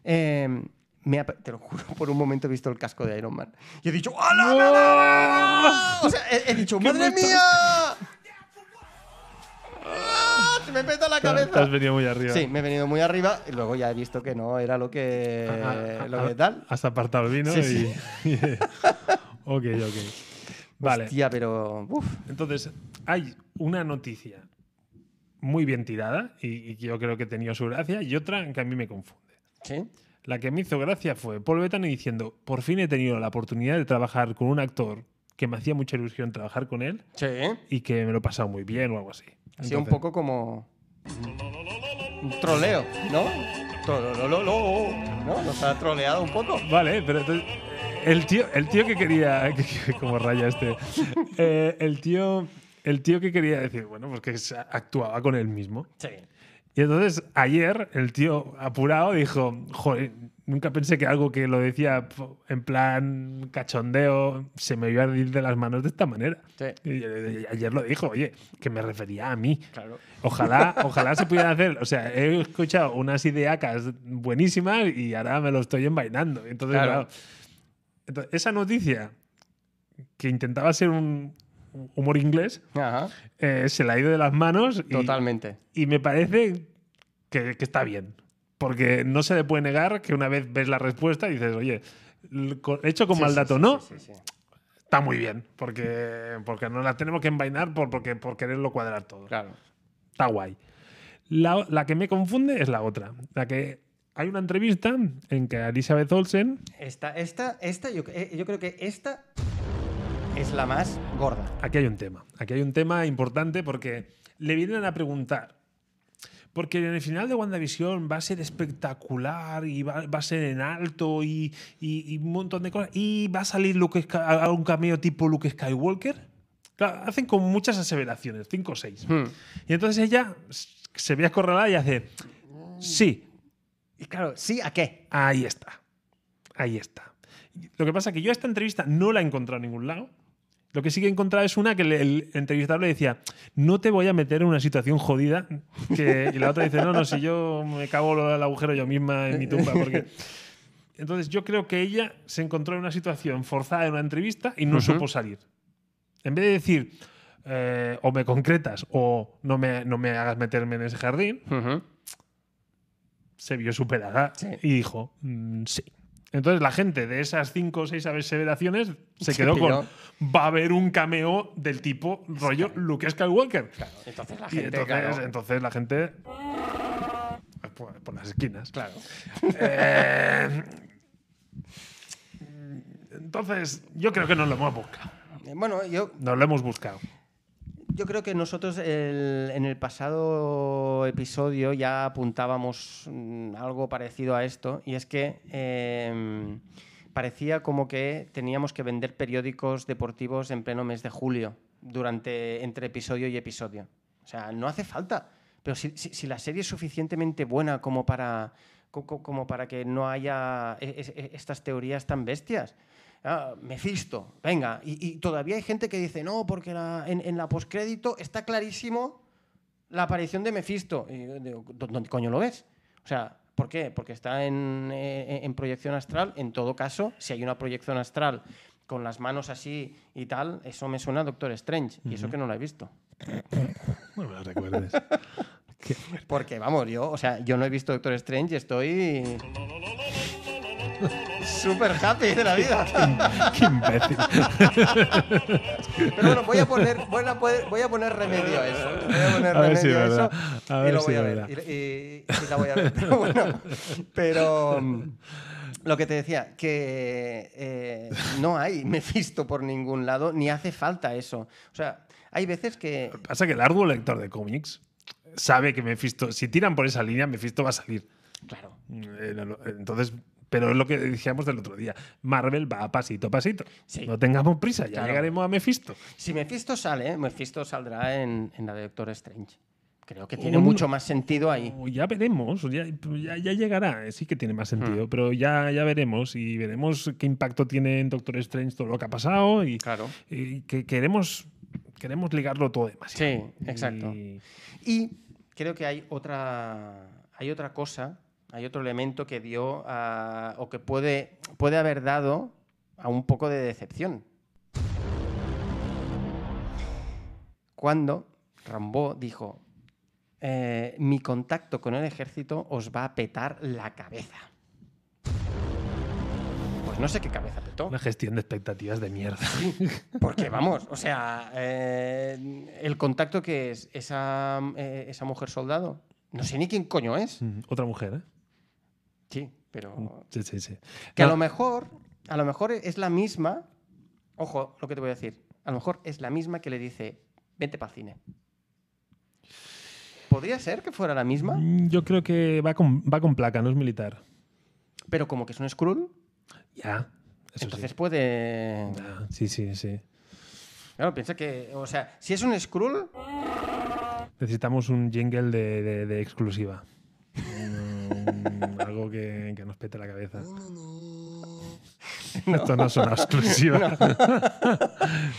S1: Eh, me ha- te lo juro, por un momento he visto el casco de Iron Man. Y he dicho, ¡Hala! no, no, no,
S2: *laughs*
S1: no, no". O sea, he, he dicho,
S2: ¿Qué me
S1: ¡madre
S2: estás-
S1: mía! Ah, Se me me peta la
S2: Te has- Te has
S1: cabeza.
S2: venido muy arriba.
S1: Sí, me he venido muy arriba y luego ya he visto que no era lo que,
S2: Ah, ah,
S1: Eh, lo que
S2: ah,
S1: tal.
S2: Has apartado el vino
S1: Sí,
S2: y.
S1: sí.
S2: *laughs* ok, ok. Vale.
S1: Hostia, pero. Uf,
S2: Entonces, hay una noticia muy bien tirada y, y que yo creo que tenía su gracia y otra que a mí me confunde.
S1: sí.
S2: La que me hizo gracia fue Paul Bettany diciendo, por fin he tenido la oportunidad de trabajar con un actor que me hacía mucha ilusión trabajar con él
S1: Sí.
S2: y que me lo he pasado muy bien o algo así.
S1: Así un
S2: Entonces,
S1: poco como. Un troleo, ¿no? Trolololo, ¿No? Nos ha troleado un poco.
S2: Vale, pero entonces, el tío, el tío que quería, *laughs* que- que- como raya este, Eh, el tío, el tío que quería decir, bueno, pues que se actuaba con él mismo.
S1: Sí.
S2: Y entonces ayer el tío apurado dijo, joder, nunca pensé que algo que lo decía po- en plan cachondeo se me iba a ir de las manos de esta manera.
S1: Sí.
S2: Y eh, ayer lo dijo, oye, que me refería a mí.
S1: Claro.
S2: Ojalá, ojalá se pudiera hacer. O sea, he escuchado unas ideacas buenísimas y ahora me lo estoy envainando. Entonces,
S1: Claro.
S2: claro. Entonces, esa noticia que intentaba ser un humor inglés
S1: Ajá.
S2: eh, se la ha ido de las manos y,
S1: Totalmente.
S2: y me parece que, que está bien. Porque no se le puede negar que una vez ves la respuesta dices, oye, l- co- hecho con
S1: Sí,
S2: mal
S1: sí,
S2: dato,
S1: sí,
S2: ¿no?
S1: sí, sí, sí.
S2: Está muy bien. Porque, porque no la tenemos que envainar por, porque, por quererlo cuadrar todo.
S1: Claro.
S2: Está guay. La, la que me confunde es la otra. La que hay una entrevista en que Elizabeth Olsen,
S1: Esta, esta, esta, yo, eh, yo creo que esta es la más gorda.
S2: aquí hay un tema, aquí hay un tema importante porque le vienen a preguntar. Porque en el final de WandaVision va a ser espectacular y va, va a ser en alto y, y- y un montón de cosas. ¿Y va a salir Luke Sky- a un cameo tipo Luke Skywalker? Claro, hacen como muchas aseveraciones, cinco o seis.
S1: Hmm.
S2: Y entonces ella se ve acorralada y hace, sí,
S1: Y claro, ¿sí a qué?
S2: Ahí está. Ahí está. Lo que pasa es que yo esta entrevista no la he encontrado en ningún lado. Lo que sí que he encontrado es una que le- el entrevistador le decía, no te voy a meter en una situación jodida. que- y la otra dice, no, no, si yo me cago el agujero yo misma en mi tumba. Porque... Entonces yo creo que ella se encontró en una situación forzada en una entrevista y no
S1: Ujú.
S2: supo salir. En vez de decir, eh, o me concretas o no me, no me hagas meterme en ese jardín, se vio superada
S1: Sí.
S2: y dijo, "Mm, sí. Entonces la gente de esas cinco o seis aseveraciones se
S1: Se
S2: quedó
S1: piró.
S2: con, va a haber un cameo del tipo rollo Luke Skywalker.
S1: Entonces la
S2: Y
S1: gente,
S2: entonces,
S1: claro,
S2: entonces la gente... Por, por las esquinas.
S1: claro.
S2: Eh, *laughs* entonces yo creo que nos lo hemos buscado.
S1: Eh, Bueno, yo,
S2: Nos lo hemos buscado.
S1: yo creo que nosotros el- en el pasado episodio ya apuntábamos mm, algo parecido a esto, y es que eh, parecía como que teníamos que vender periódicos deportivos en pleno mes de julio, durante, entre episodio y episodio. O sea, no hace falta. Pero si, si- si la serie es suficientemente buena como para, co- co- como para que no haya e- e- e- estas teorías tan bestias. Ah, Mephisto, venga. Y, y todavía hay gente que dice, no, porque la- en, en la postcrédito está clarísimo la aparición de Mephisto. Y yo digo, "¿Dó- ¿Dónde coño lo ves? O sea, ¿por qué? Porque está en, eh, en proyección astral. En todo caso, si hay una proyección astral con las manos así y tal, eso me suena a Doctor Strange. Y eso que no lo he
S2: *laughs*
S1: visto.
S2: No me
S1: *laughs*
S2: lo recuerdes.
S1: Porque vamos, yo, o sea, yo no he visto Doctor Strange y estoy. Súper happy de la
S2: *laughs*
S1: vida.
S2: Qué imbécil.
S1: Pero bueno, voy a poner, voy a poner, voy a poner remedio a eso. Voy a poner
S2: A ver
S1: remedio
S2: si es
S1: a eso.
S2: verdad. A
S1: y
S2: ver
S1: lo
S2: si
S1: voy a
S2: es
S1: ver.
S2: verdad.
S1: Y, y- y la voy a ver. *laughs* Pero bueno. Pero. mm, Lo que te decía, que eh, no hay Mephisto por ningún lado, ni hace falta eso. O sea, hay veces que.
S2: Pasa que el arduo lector de cómics sabe que Mephisto, si tiran por esa línea, Mephisto va a salir.
S1: Claro.
S2: Eh, no lo- Entonces, pero es lo que decíamos del otro día. Marvel va a pasito a pasito.
S1: Sí.
S2: No tengamos prisa, ya
S1: Claro.
S2: llegaremos a Mephisto.
S1: Si Mephisto sale, Mephisto saldrá en, en la de Doctor Strange. Creo que tiene
S2: Un-
S1: mucho más sentido ahí.
S2: O Oh, Ya veremos, ya, ya- ya llegará. eh, Sí que tiene más sentido,
S1: Mm.
S2: pero ya, ya veremos y veremos qué impacto tiene en Doctor Strange todo lo que ha pasado y,
S1: Claro.
S2: y que queremos, queremos ligarlo todo demasiado.
S1: Sí, exacto.
S2: Y-
S1: Y creo que hay otra, hay otra cosa, hay otro elemento que dio a- o que puede, puede haber dado a un poco de decepción. Cuando Rambo dijo, eh, mi contacto con el ejército os va a petar la cabeza. Pues no sé qué cabeza petó.
S2: Una gestión de expectativas de mierda.
S1: Porque vamos, o sea, eh, el contacto que es esa, eh, esa mujer soldado, no sé ni quién coño es.
S2: Mm, *laughs* Otra mujer, ¿eh?
S1: Sí, pero
S2: Sí, sí, sí.
S1: Que a
S2: No,
S1: lo mejor, a lo mejor es la misma. Ojo, lo que te voy a decir. A lo mejor es la misma que le dice, vente para cine. Podría ser que fuera la misma,
S2: mm, Yo creo que va con, va con placa, no es militar.
S1: pero como que es un Skrull,
S2: Ya. Eso
S1: entonces
S2: sí.
S1: puede.
S2: Ya, sí, sí, sí.
S1: Claro, piensa que. O sea, si es un Skrull,
S2: Necesitamos un jingle de, de- de exclusiva. Un- un- algo que, que nos pete la cabeza. *laughs* Esto no es una exclusiva. *laughs* tengo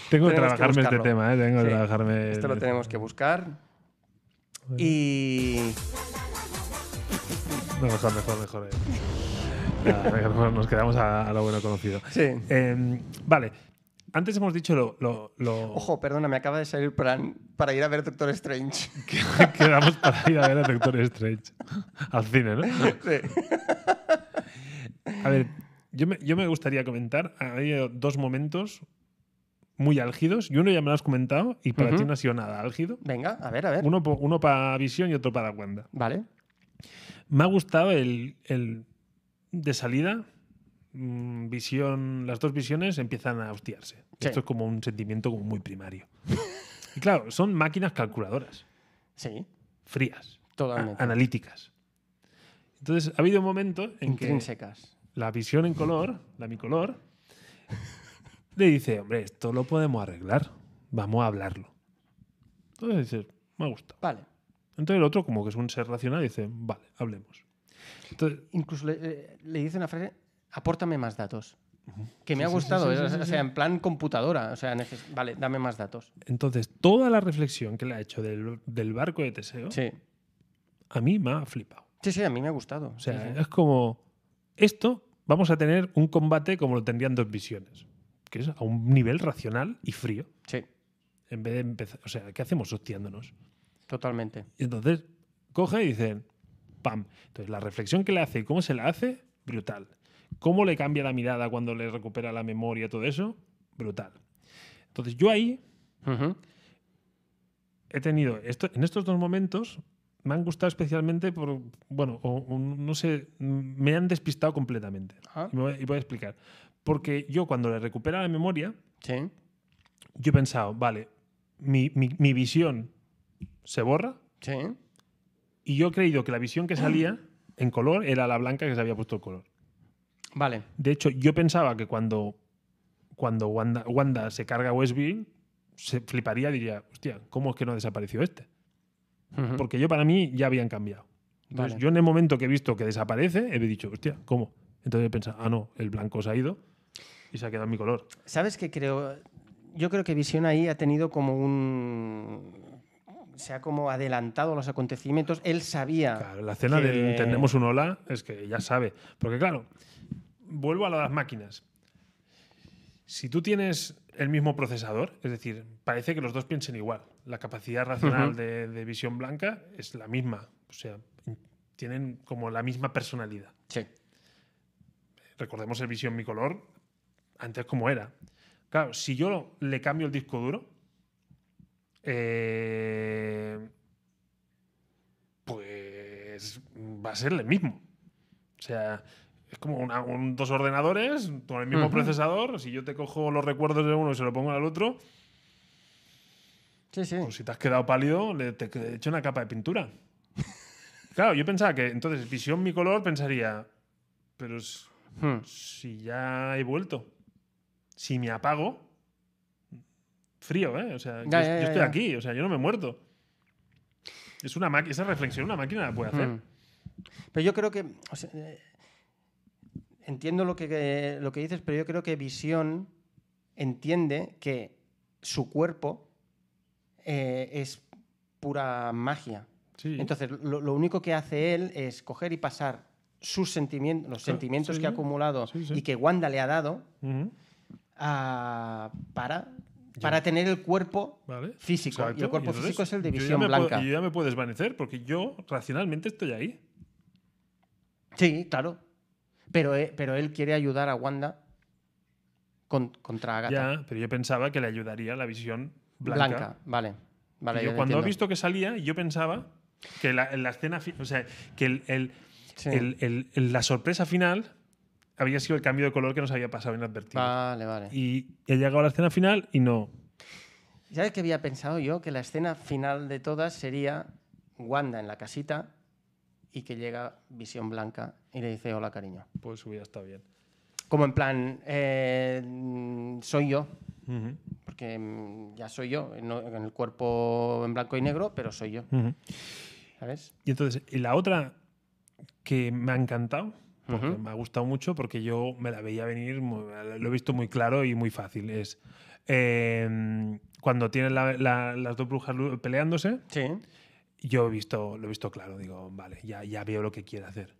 S1: Tenemos
S2: que
S1: que
S2: trabajarme este
S1: buscarlo.
S2: tema, ¿eh? Tengo que
S1: Sí,
S2: trabajarme.
S1: esto lo
S2: el-
S1: tenemos que buscar. Y.
S2: No, mejor, mejor, mejor. eh. Nada, mejor nos quedamos a, a lo bueno conocido.
S1: Sí.
S2: Eh, vale. Antes hemos dicho lo. lo- lo-
S1: Ojo, perdona, me acaba de salir plan para ir a ver Doctor Strange.
S2: *laughs* Quedamos para ir a ver a Doctor Strange. Al cine, ¿no?
S1: *laughs* Sí.
S2: A ver, yo me, yo me gustaría comentar. Hay eh, dos momentos muy álgidos. Y uno ya me lo has comentado. Y para
S1: Ujú.
S2: ti no ha sido nada álgido.
S1: Venga, a ver, a ver.
S2: Uno, po- uno para Visión y otro para Wanda.
S1: Vale.
S2: Me ha gustado el, el de salida. mm, Visión, las dos visiones empiezan a hostiarse.
S1: Sí.
S2: Esto es como un sentimiento como muy primario. y claro, son máquinas calculadoras,
S1: Sí,
S2: frías, a-
S1: totalmente.
S2: analíticas. Entonces, ha habido un momento en que
S1: Intrínsecas.
S2: la visión en color, la mi color, le dice, hombre, esto lo podemos arreglar, vamos a hablarlo. Entonces dices, me ha gustado.
S1: Vale.
S2: Entonces el otro, como que es un ser racional, dice, vale, hablemos. Entonces,
S1: Incluso le, le- le dice una frase, apórtame más datos. Que me
S2: Sí,
S1: ha
S2: sí,
S1: gustado,
S2: sí, sí,
S1: ¿eh?
S2: sí, sí,
S1: o sea, en plan computadora. O sea, neces- vale, dame más datos.
S2: entonces, toda la reflexión que le ha hecho del, del barco de Teseo,
S1: Sí.
S2: a mí me ha flipado.
S1: Sí, sí, a mí me ha gustado.
S2: O sea, eh,
S1: Sí, sí.
S2: es como, esto vamos a tener un combate como lo tendrían dos visiones, que es a un nivel racional y frío,
S1: Sí,
S2: en vez de empezar, o sea, ¿qué hacemos hostiándonos?
S1: totalmente.
S2: Y entonces coge y dicen, pam. Entonces la reflexión que le hace y cómo se la hace, brutal. Cómo le cambia la mirada cuando le recupera la memoria, todo eso, brutal. Entonces yo ahí
S1: Ujú.
S2: he tenido, esto, en estos dos momentos me han gustado especialmente por, bueno, o- o no sé, mm, me han despistado completamente.
S1: Ajá.
S2: Y, me voy, y voy a explicar. Porque yo cuando le recupera la memoria,
S1: Sí,
S2: yo he pensado, vale, mi- mi- mi visión se borra,
S1: sí.
S2: Y yo he creído que la visión que salía en color era la blanca que se había puesto el color.
S1: Vale.
S2: De hecho, yo pensaba que cuando, cuando Wanda, Wanda se carga a Westville, se fliparía y diría, hostia, ¿cómo es que no desapareció este?
S1: Ujú.
S2: Porque yo para mí ya habían cambiado. Entonces,
S1: Vale.
S2: yo en el momento que he visto que desaparece, he dicho, hostia, ¿cómo? Entonces he pensado, ah, no, el blanco se ha ido y se ha quedado mi color.
S1: ¿Sabes qué creo? Yo creo que Visión ahí ha tenido como un... Se ha como adelantado a los acontecimientos. Él sabía...
S2: Claro, la cena
S1: que-
S2: del tenemos un hola es que ya sabe. Porque claro, vuelvo a lo de las máquinas. Si tú tienes el mismo procesador, es decir, parece que los dos piensen igual. La capacidad racional
S1: Ujú.
S2: de, de visión blanca es la misma. O sea, tienen como la misma personalidad.
S1: Sí,
S2: Recordemos el visión mi color antes como era. Claro, si yo le cambio el disco duro, eh, pues va a ser el mismo. O sea, es como una- un- dos ordenadores con el mismo
S1: Ujú.
S2: procesador. Si yo te cojo los recuerdos de uno y se lo pongo al otro,
S1: sí, sí.
S2: pues si te has quedado pálido, le te he hecho una capa de pintura. claro, yo pensaba que entonces visión mi color pensaría, pero es-
S1: Hmm.
S2: pues, si ya he vuelto, si me apago, frío, ¿eh? O sea, yo,
S1: Ya, ya,
S2: yo
S1: ya,
S2: estoy
S1: ya.
S2: aquí, o sea, yo no me he muerto. Es una máquina, esa reflexión una máquina la puede hacer.
S1: Mm. Pero yo creo que. o sea, eh, entiendo lo que, que- lo que dices, pero yo creo que Visión entiende que su cuerpo eh, es pura magia.
S2: Sí.
S1: Entonces, lo, lo único que hace él es coger y pasar sus sentimientos, los
S2: Claro,
S1: sentimientos
S2: sí,
S1: que ha
S2: sí.
S1: acumulado
S2: Sí, sí.
S1: y que Wanda le ha dado
S2: Ujú.
S1: a- para para tener el cuerpo
S2: ¿Vale?
S1: físico.
S2: Exacto.
S1: Y el cuerpo
S2: entonces,
S1: físico es el de
S2: yo ya
S1: visión
S2: me puedo-
S1: blanca.
S2: yo ya me puedo desvanecer porque yo racionalmente estoy ahí.
S1: Sí, claro. Pero, eh, pero él quiere ayudar a Wanda con- contra Agatha.
S2: Ya, pero yo pensaba que le ayudaría la visión
S1: Blanca.
S2: blanca.
S1: Vale. vale
S2: Y
S1: ya
S2: yo
S1: te
S2: cuando he
S1: entiendo.
S2: visto que salía, yo pensaba que la, en la escena, fi- o sea, que el- el-
S1: Sí.
S2: el- el- el- la sorpresa final había sido el cambio de color que nos había pasado inadvertido.
S1: Vale, vale.
S2: Y he llegado a la escena final y no.
S1: ¿Sabes qué había pensado yo? Que la escena final de todas sería Wanda en la casita y que llega Visión Blanca y le dice hola cariño.
S2: Pues hubiera estado bien.
S1: Como en plan, eh, mm, soy yo, porque mm, ya soy yo, no- en el cuerpo en blanco y negro, pero soy yo,
S2: Ujú.
S1: ¿sabes?
S2: Y entonces, y la otra que me ha encantado, porque
S1: Ujú.
S2: me ha gustado mucho, porque yo me la veía venir, mu- lo he visto muy claro y muy fácil, es eh, cuando tienen la- la- las dos brujas lu- peleándose,
S1: Sí.
S2: yo he visto, lo he visto claro, digo, vale, ya, ya veo lo que quiere hacer.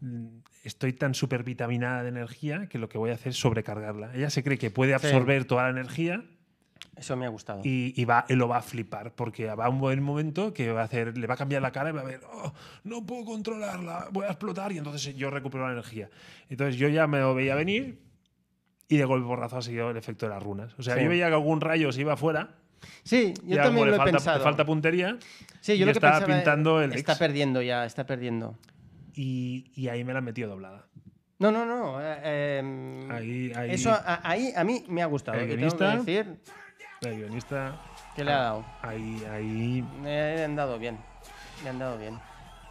S2: Mm, Estoy tan supervitaminada de energía que lo que voy a hacer es sobrecargarla. Ella se cree que puede
S1: Sí.
S2: absorber toda la energía
S1: Eso me ha gustado.
S2: y, y va, él lo va a flipar, porque va a un buen momento que va a hacer, le va a cambiar la cara y va a ver, "Oh, no puedo controlarla, voy a explotar y entonces yo recupero la energía. Entonces yo ya me lo veía venir y de golpe borrazo ha seguido el efecto de las runas. O sea,
S1: Sí.
S2: yo veía que algún rayo se iba afuera.
S1: Sí, yo
S2: ya como
S1: también
S2: le
S1: lo he
S2: falta,
S1: pensado.
S2: le falta puntería.
S1: sí, yo
S2: y
S1: lo que
S2: estaba
S1: pensaba, eh,
S2: pintando el
S1: Está
S2: ex.
S1: perdiendo ya, está perdiendo.
S2: Y, y ahí me la metió doblada.
S1: No, no, no. eh, eh,
S2: Ahí- ahí-
S1: Eso a- a- ahí a mí me ha gustado.
S2: El
S1: y tengo que
S2: guionista.
S1: decir
S2: El guionista,
S1: que le ha dado.
S2: ahí, ahí.
S1: Le han dado bien. Le han dado bien.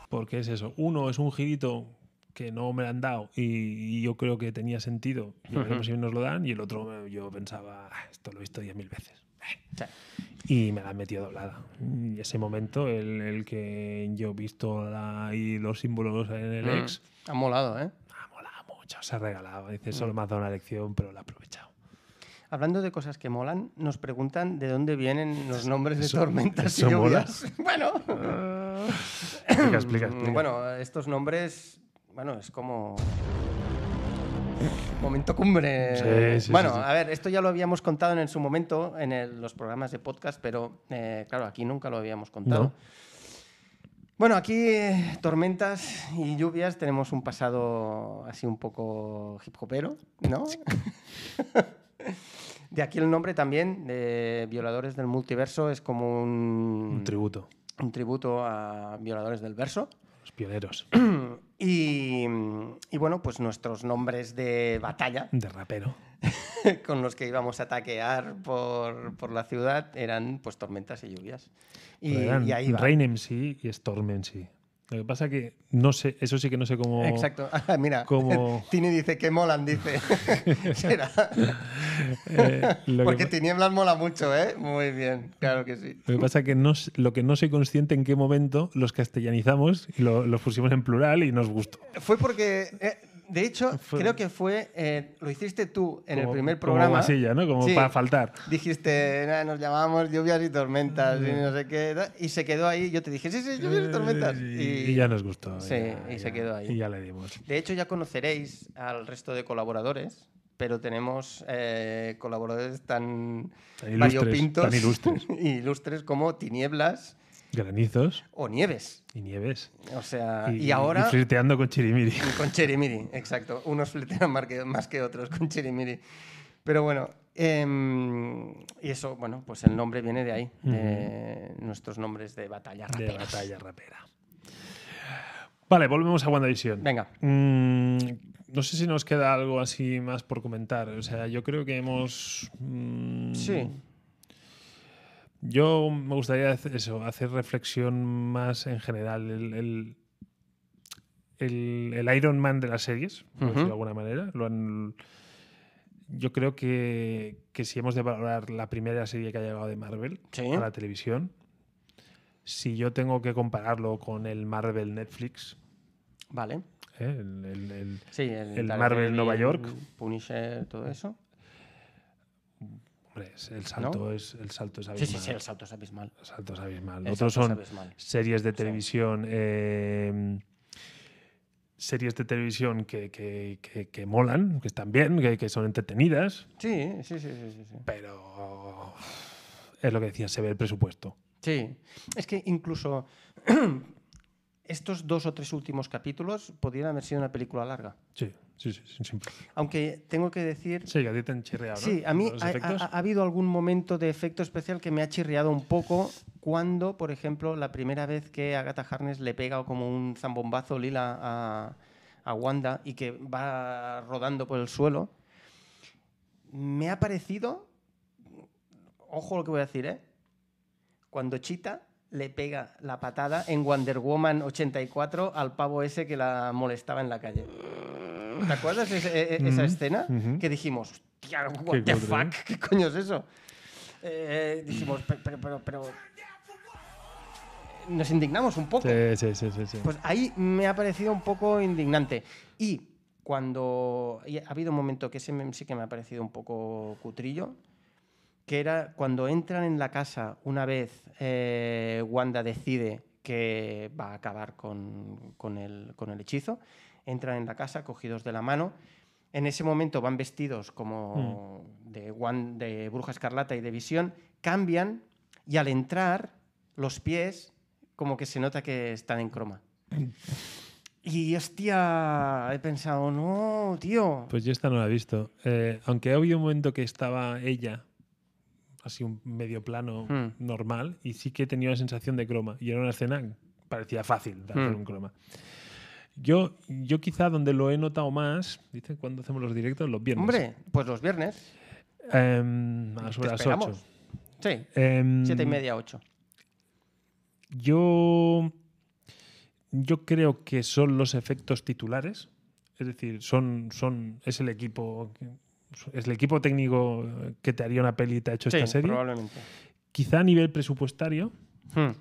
S2: Porque es eso. Uno es un girito que no me lo han dado y, y yo creo que tenía sentido. Y veremos si nos lo dan. Y el otro, eh, yo pensaba, "Ah, esto lo he visto 10.000 veces.
S1: Sí.
S2: Y me la han metido doblada. Y ese momento, el, el que yo he visto la- y los símbolos en
S1: Mm.
S2: el ex,
S1: Ha molado, ¿eh?
S2: ha molado mucho, se ha regalado. Dice, solo me has dado una lección, pero la he aprovechado.
S1: Hablando de cosas que molan, nos preguntan de dónde vienen los nombres de tormentas y
S2: eso
S1: lluvias. *laughs* Bueno,
S2: explica, explica, explica.
S1: Mm, bueno, estos nombres, bueno, es como momento cumbre.
S2: Sí, sí, sí,
S1: bueno,
S2: sí.
S1: a ver, esto ya lo habíamos contado en el- su momento en el- los programas de podcast, pero eh, claro, aquí nunca lo habíamos contado.
S2: No.
S1: Bueno, aquí eh, tormentas y lluvias tenemos un pasado así un poco hip hopero, ¿no? *laughs* de aquí el nombre también de Violadores del Multiverso es como un,
S2: Un tributo.
S1: un tributo a Violadores del Verso.
S2: Los pioneros.
S1: Y, y bueno, pues nuestros nombres de batalla *laughs*
S2: De rapero.
S1: con los que íbamos a ataquear por, por la ciudad eran pues tormentas y lluvias. Y,
S2: Pero eran
S1: y ahí va.
S2: Rain MC y Storm MC. Lo que pasa que no sé, eso sí que no sé cómo.
S1: Exacto. *laughs* Ah, Mira,
S2: como-
S1: *laughs* Tini dice que molan,
S2: *laughs*
S1: dice. Será.
S2: eh, *laughs*
S1: *laughs*
S2: lo,
S1: Porque
S2: que, pa-
S1: tinieblas mola mucho, ¿eh? Muy bien, claro que sí.
S2: lo que pasa que no, s- lo que no soy consciente en qué momento los castellanizamos y lo, los pusimos en plural y nos gustó.
S1: Fue porque, eh, de hecho,
S2: Fue-
S1: creo que fue, eh, lo hiciste tú en el
S2: Como-
S1: primer programa.
S2: Como masilla, ¿no? Como
S1: Sí.
S2: para faltar.
S1: Dijiste, "Nah, nos llamábamos lluvias y tormentas y no sé qué. tal", Y se quedó ahí. Yo te dije, sí, sí, lluvias y tormentas.
S2: Eh,
S1: Y,
S2: Y, y ya nos gustó.
S1: Sí,
S2: ya-
S1: y se
S2: ya-
S1: quedó ahí.
S2: Y ya le dimos.
S1: De hecho, ya conoceréis al resto de colaboradores, pero tenemos eh, colaboradores tan,
S2: Tan ilustres,
S1: variopintos
S2: tan ilustres.
S1: *laughs* y ilustres como Tinieblas
S2: Granizos
S1: o Nieves.
S2: y nieves.
S1: O sea, Ah, y, ahora.
S2: flirteando con
S1: *laughs*
S2: Chirimiri.
S1: Con Cherimiri, exacto. Unos fletean más que, más que otros con Cherimiri. Pero bueno, em, y eso, bueno, pues el nombre viene de ahí, de nuestros nombres de batalla
S2: De
S1: raperas.
S2: batalla rapera. Vale, volvemos a WandaVision.
S1: Venga.
S2: Mm, no sé si nos queda algo así más por comentar. O sea, yo creo que hemos. mm,
S1: Sí,
S2: Yo me gustaría hacer eso, hacer reflexión más en general. El, el- el- el Iron Man de las series, por
S1: Ujú.
S2: decirlo de alguna manera. Lo han- yo creo que, que si hemos de valorar la primera serie que ha llegado de Marvel
S1: Sí.
S2: a la televisión, si yo tengo que compararlo con el Marvel Netflix,
S1: vale.
S2: ¿eh? el- el- el,
S1: Sí, el,
S2: El
S1: Daredevil,
S2: Marvel Nueva York.
S1: Punisher, todo eso.
S2: Hombre, es- el salto es el salto es
S1: Sí,
S2: abismal.
S1: sí, sí, el salto es abismal.
S2: El salto es abismal.
S1: El
S2: Otros
S1: salto es
S2: son
S1: abismal.
S2: series de televisión eh, em, series de televisión que, que, que- que molan, que están bien, que, que son entretenidas,
S1: Sí, sí, sí, sí, sí, sí.
S2: pero es lo que decía, se ve el presupuesto.
S1: Sí. Es que incluso *clears throat* estos dos o tres últimos capítulos podrían haber sido una película larga.
S2: Sí, sí, sí, sí. Sí,
S1: Aunque tengo que decir
S2: Sí, a ti te han chirreado, ¿no?
S1: Sí, a mí
S2: Los
S1: ha,
S2: efectos.
S1: ha- ha habido algún momento de efecto especial que me ha chirriado un poco cuando, por ejemplo, la primera vez que Agatha Harness le pega como un zambombazo lila a, a Wanda y que va rodando por el suelo, me ha parecido, ojo lo que voy a decir, ¿eh? cuando Chita le pega la patada en Wonder Woman 84 al pavo ese que la molestaba en la calle. ¿Te acuerdas de ese- e- e- esa
S2: Ujú,
S1: escena?
S2: Mm. ujú.
S1: Que dijimos, hostia, what the
S2: cutre,
S1: fuck,
S2: ¿eh?
S1: ¿qué coño es eso? Eh, dijimos, "Pe- pero, pero, pero... Nos indignamos un poco.
S2: Sí, sí, sí, sí, sí.
S1: Pues ahí me ha parecido un poco indignante. Y cuando y ha habido un momento que ese me- sí que me ha parecido un poco cutrillo, que era cuando entran en la casa una vez eh, Wanda decide que va a acabar con, con el, con el hechizo, entran en la casa cogidos de la mano. En ese momento van vestidos como de, Wan- de Bruja Escarlata y de Visión, cambian y al entrar los pies como que se nota que están en croma. Y hostia, he pensado, no, tío.
S2: Pues yo esta no la he visto. Eh, aunque había un momento que estaba ella, así un medio plano
S1: Hmm.
S2: normal, y sí que tenía la sensación de croma. Y era una escena que parecía fácil de hacer
S1: Hmm.
S2: un croma. Yo, yo quizá donde lo he notado más, dice cuando hacemos los directos, los viernes.
S1: Hombre, pues los viernes.
S2: Em, a
S1: te
S2: sobre las Em, Mm.
S1: esperamos.
S2: 8.
S1: Sí, siete y media, ocho.
S2: Yo, yo creo que son los efectos titulares. Es decir, son, son, es el equipo. que- Es el equipo técnico que te haría una peli y te ha hecho esta
S1: sí,
S2: serie.
S1: probablemente.
S2: Quizá a nivel presupuestario,
S1: Hmm.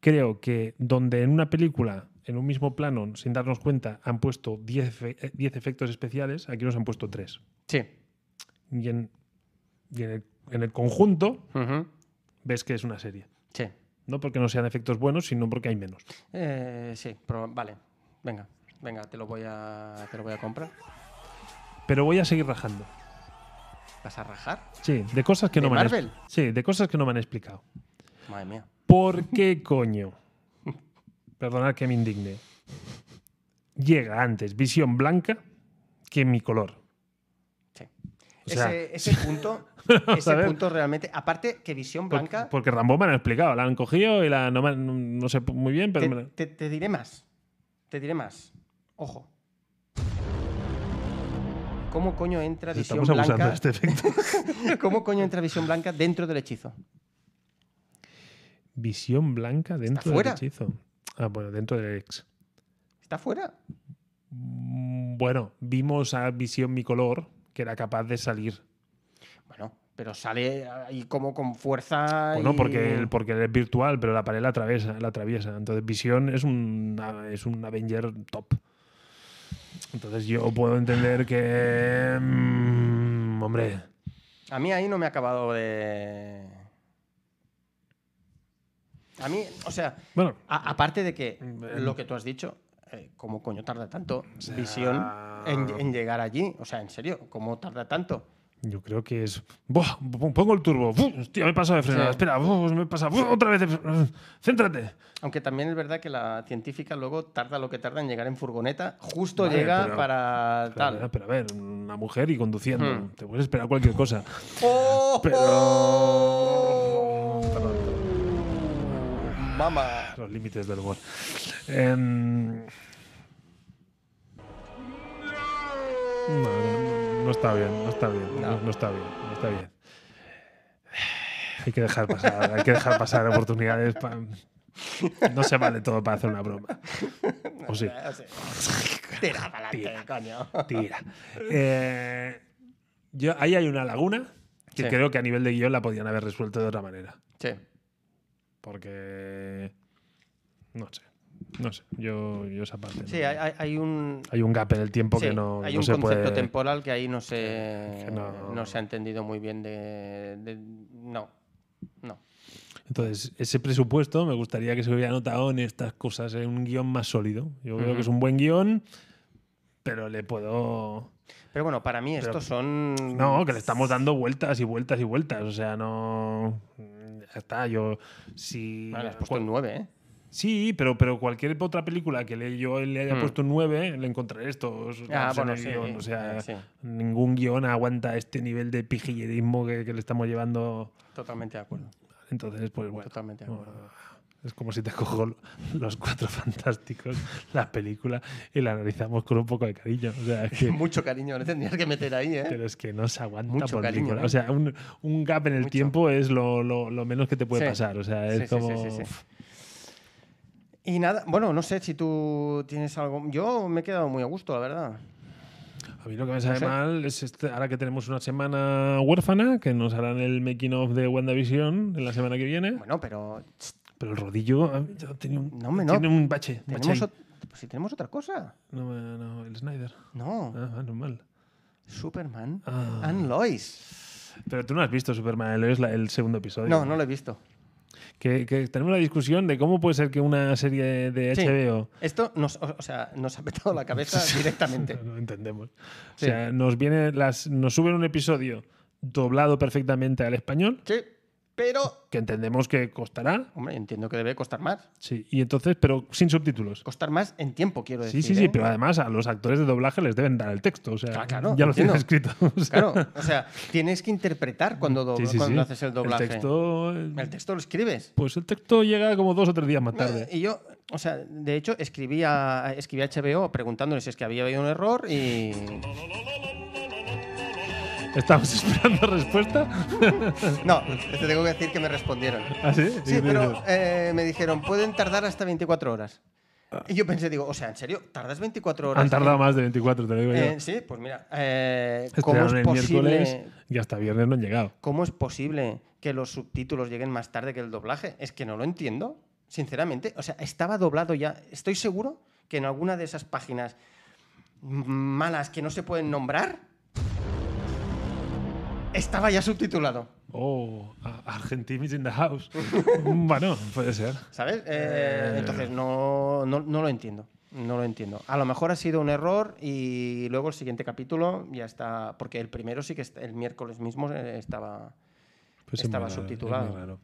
S2: creo que donde en una película, en un mismo plano, sin darnos cuenta, han puesto 10 efe- eh, 10 efectos especiales, aquí nos han puesto 3.
S1: Sí.
S2: Y en, y en el, en el conjunto
S1: Ujú.
S2: ves que es una serie.
S1: Sí.
S2: No porque no sean efectos buenos, sino porque hay menos.
S1: Eh, sí, pro- vale. Venga, venga, te lo voy a, te lo voy a comprar.
S2: Pero voy a seguir rajando.
S1: ¿Vas a rajar?
S2: Sí, de cosas que
S1: ¿De
S2: no me han
S1: Marvel?
S2: ex- Sí, de cosas que no me han explicado.
S1: Madre mía.
S2: ¿Por qué *laughs* coño? Perdonad que me indigne. Llega antes visión blanca que mi color.
S1: Sí.
S2: O sea-
S1: ese,
S2: *laughs*
S1: ese punto,
S2: a
S1: ese
S2: ver.
S1: punto realmente, aparte que visión
S2: Por-
S1: blanca,
S2: porque Rambo me lo han explicado, la han cogido y la no, me han- no sé muy bien, pero
S1: te-
S2: me la-
S1: te- te diré más, te diré más. Ojo. ¿Cómo coño entra visión
S2: estamos abusando
S1: blanca?
S2: de este efecto.
S1: *laughs*
S2: *laughs*
S1: ¿Cómo coño entra visión blanca dentro del hechizo?
S2: visión blanca dentro del
S1: fuera.
S2: hechizo. Ah, bueno, dentro del ex.
S1: ¿Está fuera?
S2: Mm, Bueno, vimos a visión mi color que era capaz de salir.
S1: Bueno, pero sale ahí como con fuerza.
S2: Bueno,
S1: y-
S2: porque, el- porque es virtual, pero la pared la atraviesa. La atraviesa. Entonces, Visión es un, es un Avenger top. Entonces, yo puedo entender que. mm, hombre.
S1: A mí ahí no me ha acabado de. A mí, o sea,
S2: Bueno.
S1: a- aparte de que
S2: Mm,
S1: lo que tú has dicho, eh, ¿cómo coño tarda tanto Visión en, en llegar allí? O sea, en serio, ¿cómo tarda tanto?
S2: Yo creo que es. Buah, p- pongo el turbo. buh, hostia, me he pasado de frenada.
S1: Sí.
S2: Espera, buh, me he pasado. buh, otra vez. de fre- Céntrate.
S1: Aunque también es verdad que la científica luego tarda lo que tarda en llegar en furgoneta, justo
S2: Vale,
S1: llega
S2: pero-
S1: para tal.
S2: Pero a ver, una mujer y conduciendo.
S1: Hmm.
S2: Te puedes esperar cualquier cosa.
S1: ¡Oh!
S2: Pero- Perdón,
S1: ¡Mama!
S2: Los límites del humor. Em, No, no, no está bien, no está bien, no,
S1: No.
S2: no está bien, no está bien. Hay que dejar pasar, hay que dejar pasar oportunidades. pa- No se vale todo para hacer una broma. O sí,
S1: Tira para adelante, coño.
S2: tira. Eh, yo, ahí hay una laguna que
S1: Sí.
S2: creo que a nivel de guión la podían haber resuelto de otra manera.
S1: Sí.
S2: Porque. No sé. No sé. Yo, yo esa parte.
S1: Sí,
S2: no-
S1: hay, hay- hay un.
S2: Hay un gap en el tiempo que
S1: sí,
S2: no,
S1: hay
S2: no
S1: un
S2: se
S1: concepto
S2: puede.
S1: temporal que ahí no se,
S2: que no-
S1: no. se ha entendido muy bien de, de- no, no.
S2: Entonces, ese presupuesto me gustaría que se hubiera notado en estas cosas, en un guión más sólido. Yo creo
S1: Ujú.
S2: que es un buen guión, pero le puedo.
S1: Pero bueno, para mí estos son.
S2: No, que le estamos dando vueltas y vueltas y vueltas. O sea, no. Ya está, yo. Si.
S1: Vale, has puesto un 9, ¿eh?
S2: Sí, pero, pero cualquier otra película que le, yo le haya
S1: Mm. Ah,
S2: puesto un 9, le encontraré estos gaps en
S1: bueno,
S2: el
S1: sí, eh,
S2: guión. O sea,
S1: sí.
S2: ningún guión aguanta este nivel de pijillerismo que, que le estamos llevando.
S1: Totalmente de acuerdo.
S2: Entonces, pues bueno.
S1: Totalmente de acuerdo.
S2: Es como si te cojo los cuatro *laughs* fantásticos, la película, y la analizamos con un poco de cariño. O sea, es que,
S1: Mucho cariño, le tendrías que meter ahí, ¿eh?
S2: pero es que no se aguanta
S1: Mucho
S2: por
S1: cariño,
S2: ninguna-
S1: ¿eh?
S2: O sea, un, un gap en el
S1: Mucho.
S2: tiempo es lo, lo- lo menos que te puede
S1: Sí.
S2: pasar. O sea,
S1: Sí,
S2: es
S1: sí, sí,
S2: como.
S1: sí, sí. Y nada, bueno, no sé si tú tienes algo. Yo me he quedado muy a gusto, la verdad.
S2: A mí lo que me sabe
S1: No sé.
S2: mal es este- ahora que tenemos una semana huérfana, que nos harán el making of de WandaVision en la semana que viene.
S1: Bueno, pero tss,
S2: pero el rodillo ah, ya tiene un,
S1: No, hombre, no.
S2: tiene un bache. un
S1: tenemos
S2: bache ahí.
S1: ot- pues si tenemos otra cosa.
S2: No, me- no, el Snyder.
S1: No,
S2: Ah, ah, normal.
S1: Superman
S2: Ah.
S1: and Lois.
S2: Pero tú no has visto Superman, es la- el segundo episodio.
S1: No, no lo he visto.
S2: Que, que tenemos la discusión de cómo puede ser que una serie de
S1: Sí.
S2: HBO.
S1: Esto nos, o o sea, nos ha petado la
S2: *laughs*
S1: cabeza directamente.
S2: No entendemos.
S1: Sí.
S2: O sea, nos, viene las, nos suben un episodio doblado perfectamente al español,
S1: Sí, pero.
S2: que entendemos que costará.
S1: Hombre, entiendo que debe costar más.
S2: Sí, y entonces, pero sin subtítulos.
S1: Costar más en tiempo, quiero
S2: Sí,
S1: decir.
S2: sí, sí,
S1: ¿eh?
S2: pero además a los actores de doblaje les deben dar el texto. O sea,
S1: Ah, claro,
S2: ya lo tienen
S1: entiendo.
S2: escrito. *laughs* O sea,
S1: Claro, o sea, tienes que interpretar cuando, dobla-
S2: sí, sí,
S1: cuando
S2: sí.
S1: haces el doblaje.
S2: El texto,
S1: El texto lo escribes.
S2: Pues el texto llega como dos o tres días más tarde.
S1: Eh, Y yo, o sea, de hecho, escribí a, escribí a HBO preguntándoles si es que había habido un error
S2: *laughs*
S1: y.
S2: Estamos *laughs* esperando respuesta.
S1: No, te tengo que decir que me respondieron.
S2: ¿Ah, sí?
S1: Sí,
S2: ¿Y qué
S1: pero
S2: dices?
S1: eh, me dijeron, pueden tardar hasta 24 horas. Y yo pensé, digo, o sea, ¿en serio? ¿Tardas 24 horas?
S2: Ah. Han tardado más de 24, te lo digo yo.
S1: Eh, sí, pues mira, eh, ¿cómo
S2: Esperaron
S1: es
S2: el miércoles
S1: posible
S2: y hasta viernes no han llegado.
S1: ¿Cómo es posible que los subtítulos lleguen más tarde que el doblaje? Es que no lo entiendo, sinceramente. O sea, estaba doblado ya. Estoy seguro que en alguna de esas páginas m- malas que no se pueden nombrar, estaba ya subtitulado.
S2: Oh, a- Argentinis in
S1: *laughs*
S2: the house. bueno, puede ser.
S1: ¿Sabes? Eh, entonces, no, no, no lo entiendo. No lo entiendo. A lo mejor ha sido un error y luego el siguiente capítulo ya está. Porque el primero sí que est- el miércoles mismo eh, estaba.
S2: Pues es
S1: Estaba
S2: muy raro,
S1: subtitulado.
S2: es muy raro.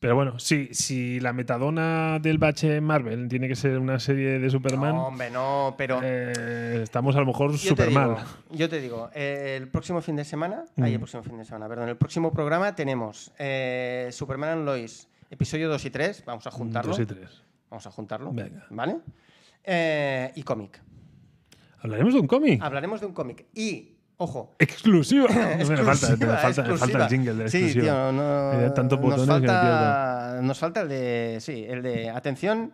S2: Pero bueno, sí, si la metadona del bache en Marvel tiene que ser una serie de Superman,
S1: No, hombre, no, pero.
S2: eh, estamos a lo mejor
S1: Yo te
S2: super mal.
S1: digo, yo te digo, eh, el próximo fin de semana,
S2: Mm.
S1: ay, el próximo fin de semana, perdón, el próximo programa tenemos eh, Superman and Lois, episodio 2 y 3, vamos a juntarlo.
S2: Mm, Dos y tres.
S1: Vamos a juntarlo.
S2: Venga.
S1: ¿Vale? Eh, y cómic.
S2: Hablaremos de un cómic.
S1: Hablaremos de un cómic. Y, ojo, *laughs*
S2: Exclusiva. No me
S1: exclusiva,
S2: falta, me falta, me falta
S1: exclusiva.
S2: el jingle de exclusiva.
S1: Sí, tío, no-
S2: Me da tantos botones
S1: nos,
S2: que me pierdo.
S1: falta, nos falta el de, sí, el de, atención,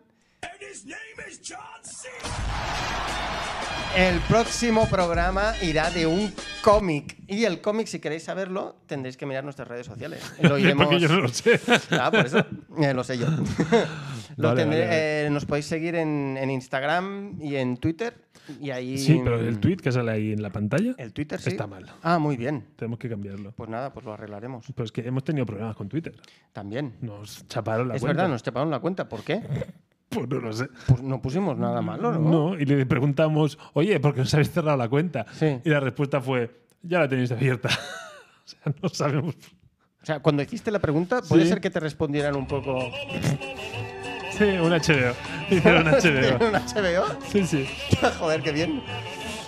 S1: El próximo programa irá de un cómic. Y el cómic, si queréis saberlo, tendréis que mirar nuestras redes
S2: *laughs*
S1: sociales. Lo iremos.
S2: Porque yo no lo sé.
S1: Ah, por eso. Eh, lo sé
S2: *laughs*
S1: yo. Lo
S2: Vale,
S1: tendré-
S2: vale, vale.
S1: eh, nos podéis seguir en, en Instagram y en Twitter. Y ahí.
S2: Sí, pero el tweet que sale ahí en la pantalla
S1: El Twitter sí.
S2: está mal.
S1: Ah, muy bien.
S2: Tenemos que cambiarlo.
S1: Pues nada, pues lo arreglaremos.
S2: Pues que hemos tenido problemas con Twitter.
S1: También.
S2: Nos chaparon la
S1: es
S2: cuenta.
S1: verdad, nos chaparon la cuenta. ¿Por
S2: *laughs*
S1: qué?
S2: Pues no lo sé.
S1: Pues no pusimos nada malo, ¿no?
S2: No, y le preguntamos, oye, ¿por qué nos habéis cerrado la cuenta?
S1: Sí.
S2: Y la respuesta fue, ya la tenéis abierta. *laughs* o sea, no sabemos.
S1: O sea, cuando hiciste la pregunta, puede
S2: Sí.
S1: ser que te respondieran un
S2: *laughs*
S1: poco.
S2: Sí, un HBO.
S1: *laughs*
S2: Hicieron un
S1: ¿Tiene
S2: HBO.
S1: un HBO?
S2: Sí, sí.
S1: *laughs* Joder, qué bien.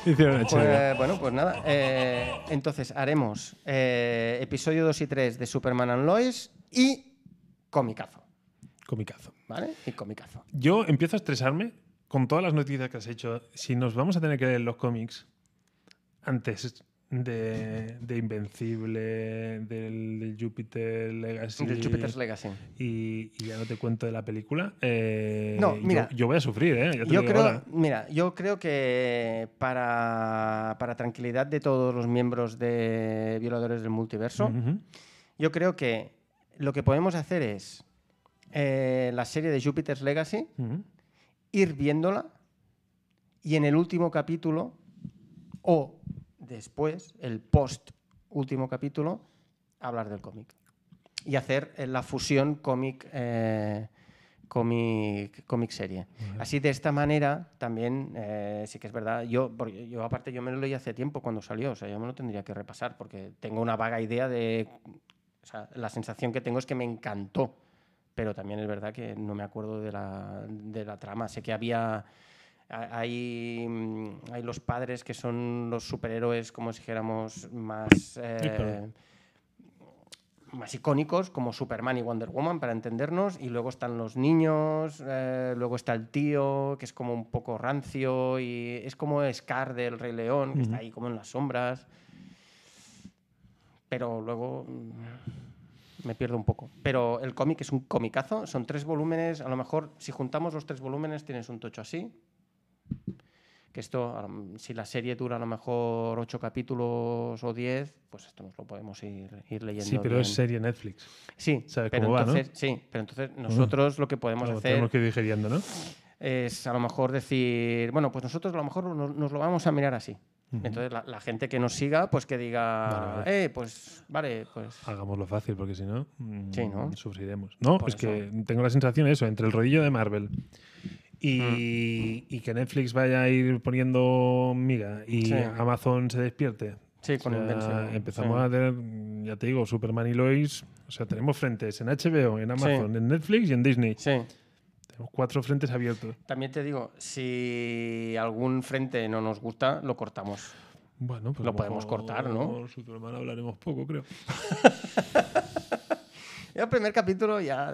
S2: Hicieron un
S1: Pues,
S2: HBO.
S1: bueno, pues nada. eh, entonces haremos eh, episodio 2 y 3 de Superman and Lois y comicazo,
S2: Comicazo.
S1: ¿vale? Y comicazo.
S2: Yo empiezo a estresarme con todas las noticias que has hecho. Si nos vamos a tener que leer los cómics antes de, de Invencible, del, del Jupiter Legacy.
S1: Del Jupiter's Legacy.
S2: Y, y ya no te cuento de la película. eh,
S1: No,
S2: yo-
S1: mira.
S2: Yo, voy a sufrir, ¿eh? Ya te
S1: Yo
S2: digo
S1: creo,
S2: ahora.
S1: mira, yo creo que para, para tranquilidad de todos los miembros de Violadores del Multiverso,
S2: Ujú.
S1: yo creo que lo que podemos hacer es eh, la serie de Jupiter's Legacy,
S2: Ujú.
S1: ir viéndola y en el último capítulo o después, el post último capítulo, hablar del cómic y hacer eh, la fusión cómic eh, cómic, cómic serie. Así de esta manera también eh, sí que es verdad. Yo, porque yo aparte yo me lo leí hace tiempo cuando salió, o sea, yo me lo tendría que repasar porque tengo una vaga idea de, o sea, la sensación que tengo es que me encantó, pero también es verdad que no me acuerdo de la, de la trama. Sé que había a- hay, mm, hay los padres que son los superhéroes, como si dijéramos, más, eh, más icónicos, como Superman y Wonder Woman, para entendernos. Y luego están los niños, eh, luego está el tío, que es como un poco rancio, y es como Scar del Rey León, que está ahí como en las sombras. Pero luego mm, me pierdo un poco. Pero el cómic es un comicazo, son tres volúmenes. A lo mejor, si juntamos los tres volúmenes, tienes un tocho así, que esto, a lo- si la serie dura a lo mejor ocho capítulos o diez, pues esto nos lo podemos ir, ir leyendo.
S2: Sí, pero
S1: bien.
S2: es serie Netflix.
S1: Sí,
S2: sabes
S1: pero
S2: cómo va, ¿no?
S1: entonces, sí, pero entonces nosotros lo que podemos
S2: Claro,
S1: hacer
S2: Tenemos que ir digeriendo, ¿no?
S1: es a lo mejor decir, bueno, pues nosotros a lo mejor no- nos, lo vamos a mirar así. Entonces la, la gente que nos siga, pues que diga,
S2: Vale, vale.
S1: eh, pues vale, pues...
S2: Hagámoslo fácil, porque si no, mm,
S1: Sí, ¿no?
S2: sufriremos. No,
S1: Por
S2: es que
S1: eso.
S2: tengo la sensación eso, entre el rodillo de Marvel y, y que Netflix vaya a ir poniendo miga y
S1: Mm. Sí.
S2: Amazon se despierte.
S1: Sí, con
S2: O sea,
S1: Invencible,
S2: Empezamos
S1: sí.
S2: a tener, mm, ya te digo, Superman y Lois. O sea, tenemos frentes en HBO, en Amazon, en Netflix y en Disney.
S1: Sí.
S2: Tenemos cuatro frentes abiertos.
S1: También te digo, si algún frente no nos gusta, lo cortamos.
S2: Bueno, pues
S1: Lo
S2: a
S1: podemos
S2: mejor
S1: cortar, ¿no?
S2: Superman hablaremos poco, creo.
S1: Yo el primer capítulo ya.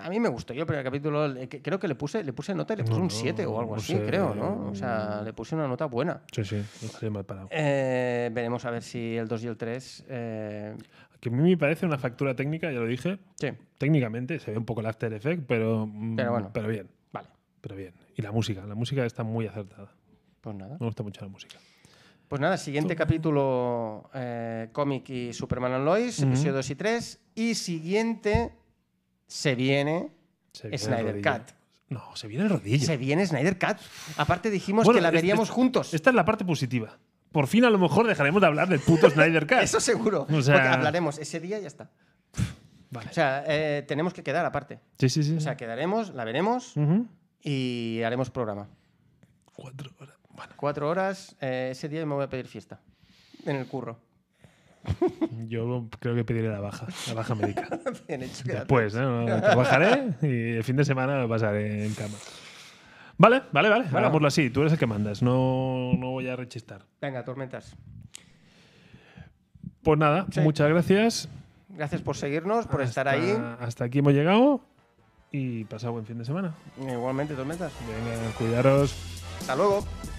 S1: A mí me gustó. Yo el primer capítulo le- que- creo que le puse, le puse nota, le puse
S2: No,
S1: un
S2: no,
S1: 7 o algo
S2: no
S1: así,
S2: sé.
S1: creo, ¿no? O sea, le puse una nota buena.
S2: Sí, sí, no estaría mal parado.
S1: Eh, veremos a ver si el 2 y el 3. eh,
S2: Que a mí me parece una factura técnica, ya lo dije.
S1: sí,
S2: Técnicamente se ve un poco el After Effect, pero, mm,
S1: Pero bueno.
S2: pero bien,
S1: vale.
S2: pero bien. Y la música, la música está muy acertada.
S1: Pues nada.
S2: Me gusta mucho la música.
S1: Pues nada, siguiente capítulo: eh, cómic y Superman and Lois, episodio 2 y 3. Y siguiente se viene.
S2: Se viene el
S1: Snyder
S2: rodillo.
S1: Cut.
S2: No, se viene el rodillo.
S1: Se viene Snyder Cat. Aparte dijimos
S2: Bueno,
S1: que la
S2: es-
S1: veríamos
S2: es-
S1: juntos.
S2: Esta es la parte positiva. Por fin a lo mejor dejaremos de hablar del puto Snyder Cut.
S1: Eso seguro.
S2: O sea-
S1: Porque hablaremos ese día y ya está.
S2: Vale.
S1: O sea, eh, tenemos que quedar aparte.
S2: Sí, sí, sí.
S1: O sea, quedaremos, la veremos
S2: Ujú.
S1: y haremos programa.
S2: Cuatro horas. Bueno,
S1: Cuatro horas, eh, ese día me voy a pedir fiesta. En el curro.
S2: yo creo que pediré la baja, la baja médica.
S1: *laughs* Bien hecho, quédate.
S2: Después, Pues, ¿no? Trabajaré y el fin de semana lo pasaré en cama. Vale, vale, vale. Hagámoslo así. Tú eres el que mandas. No, no voy a rechistar.
S1: Venga, tormentas.
S2: Pues nada,
S1: Sí.
S2: muchas gracias.
S1: Gracias por seguirnos, por estar
S2: Hasta-
S1: ahí.
S2: Hasta aquí hemos llegado y pasa buen fin de semana.
S1: Igualmente, tormentas.
S2: Venga, cuidaros.
S1: Hasta luego.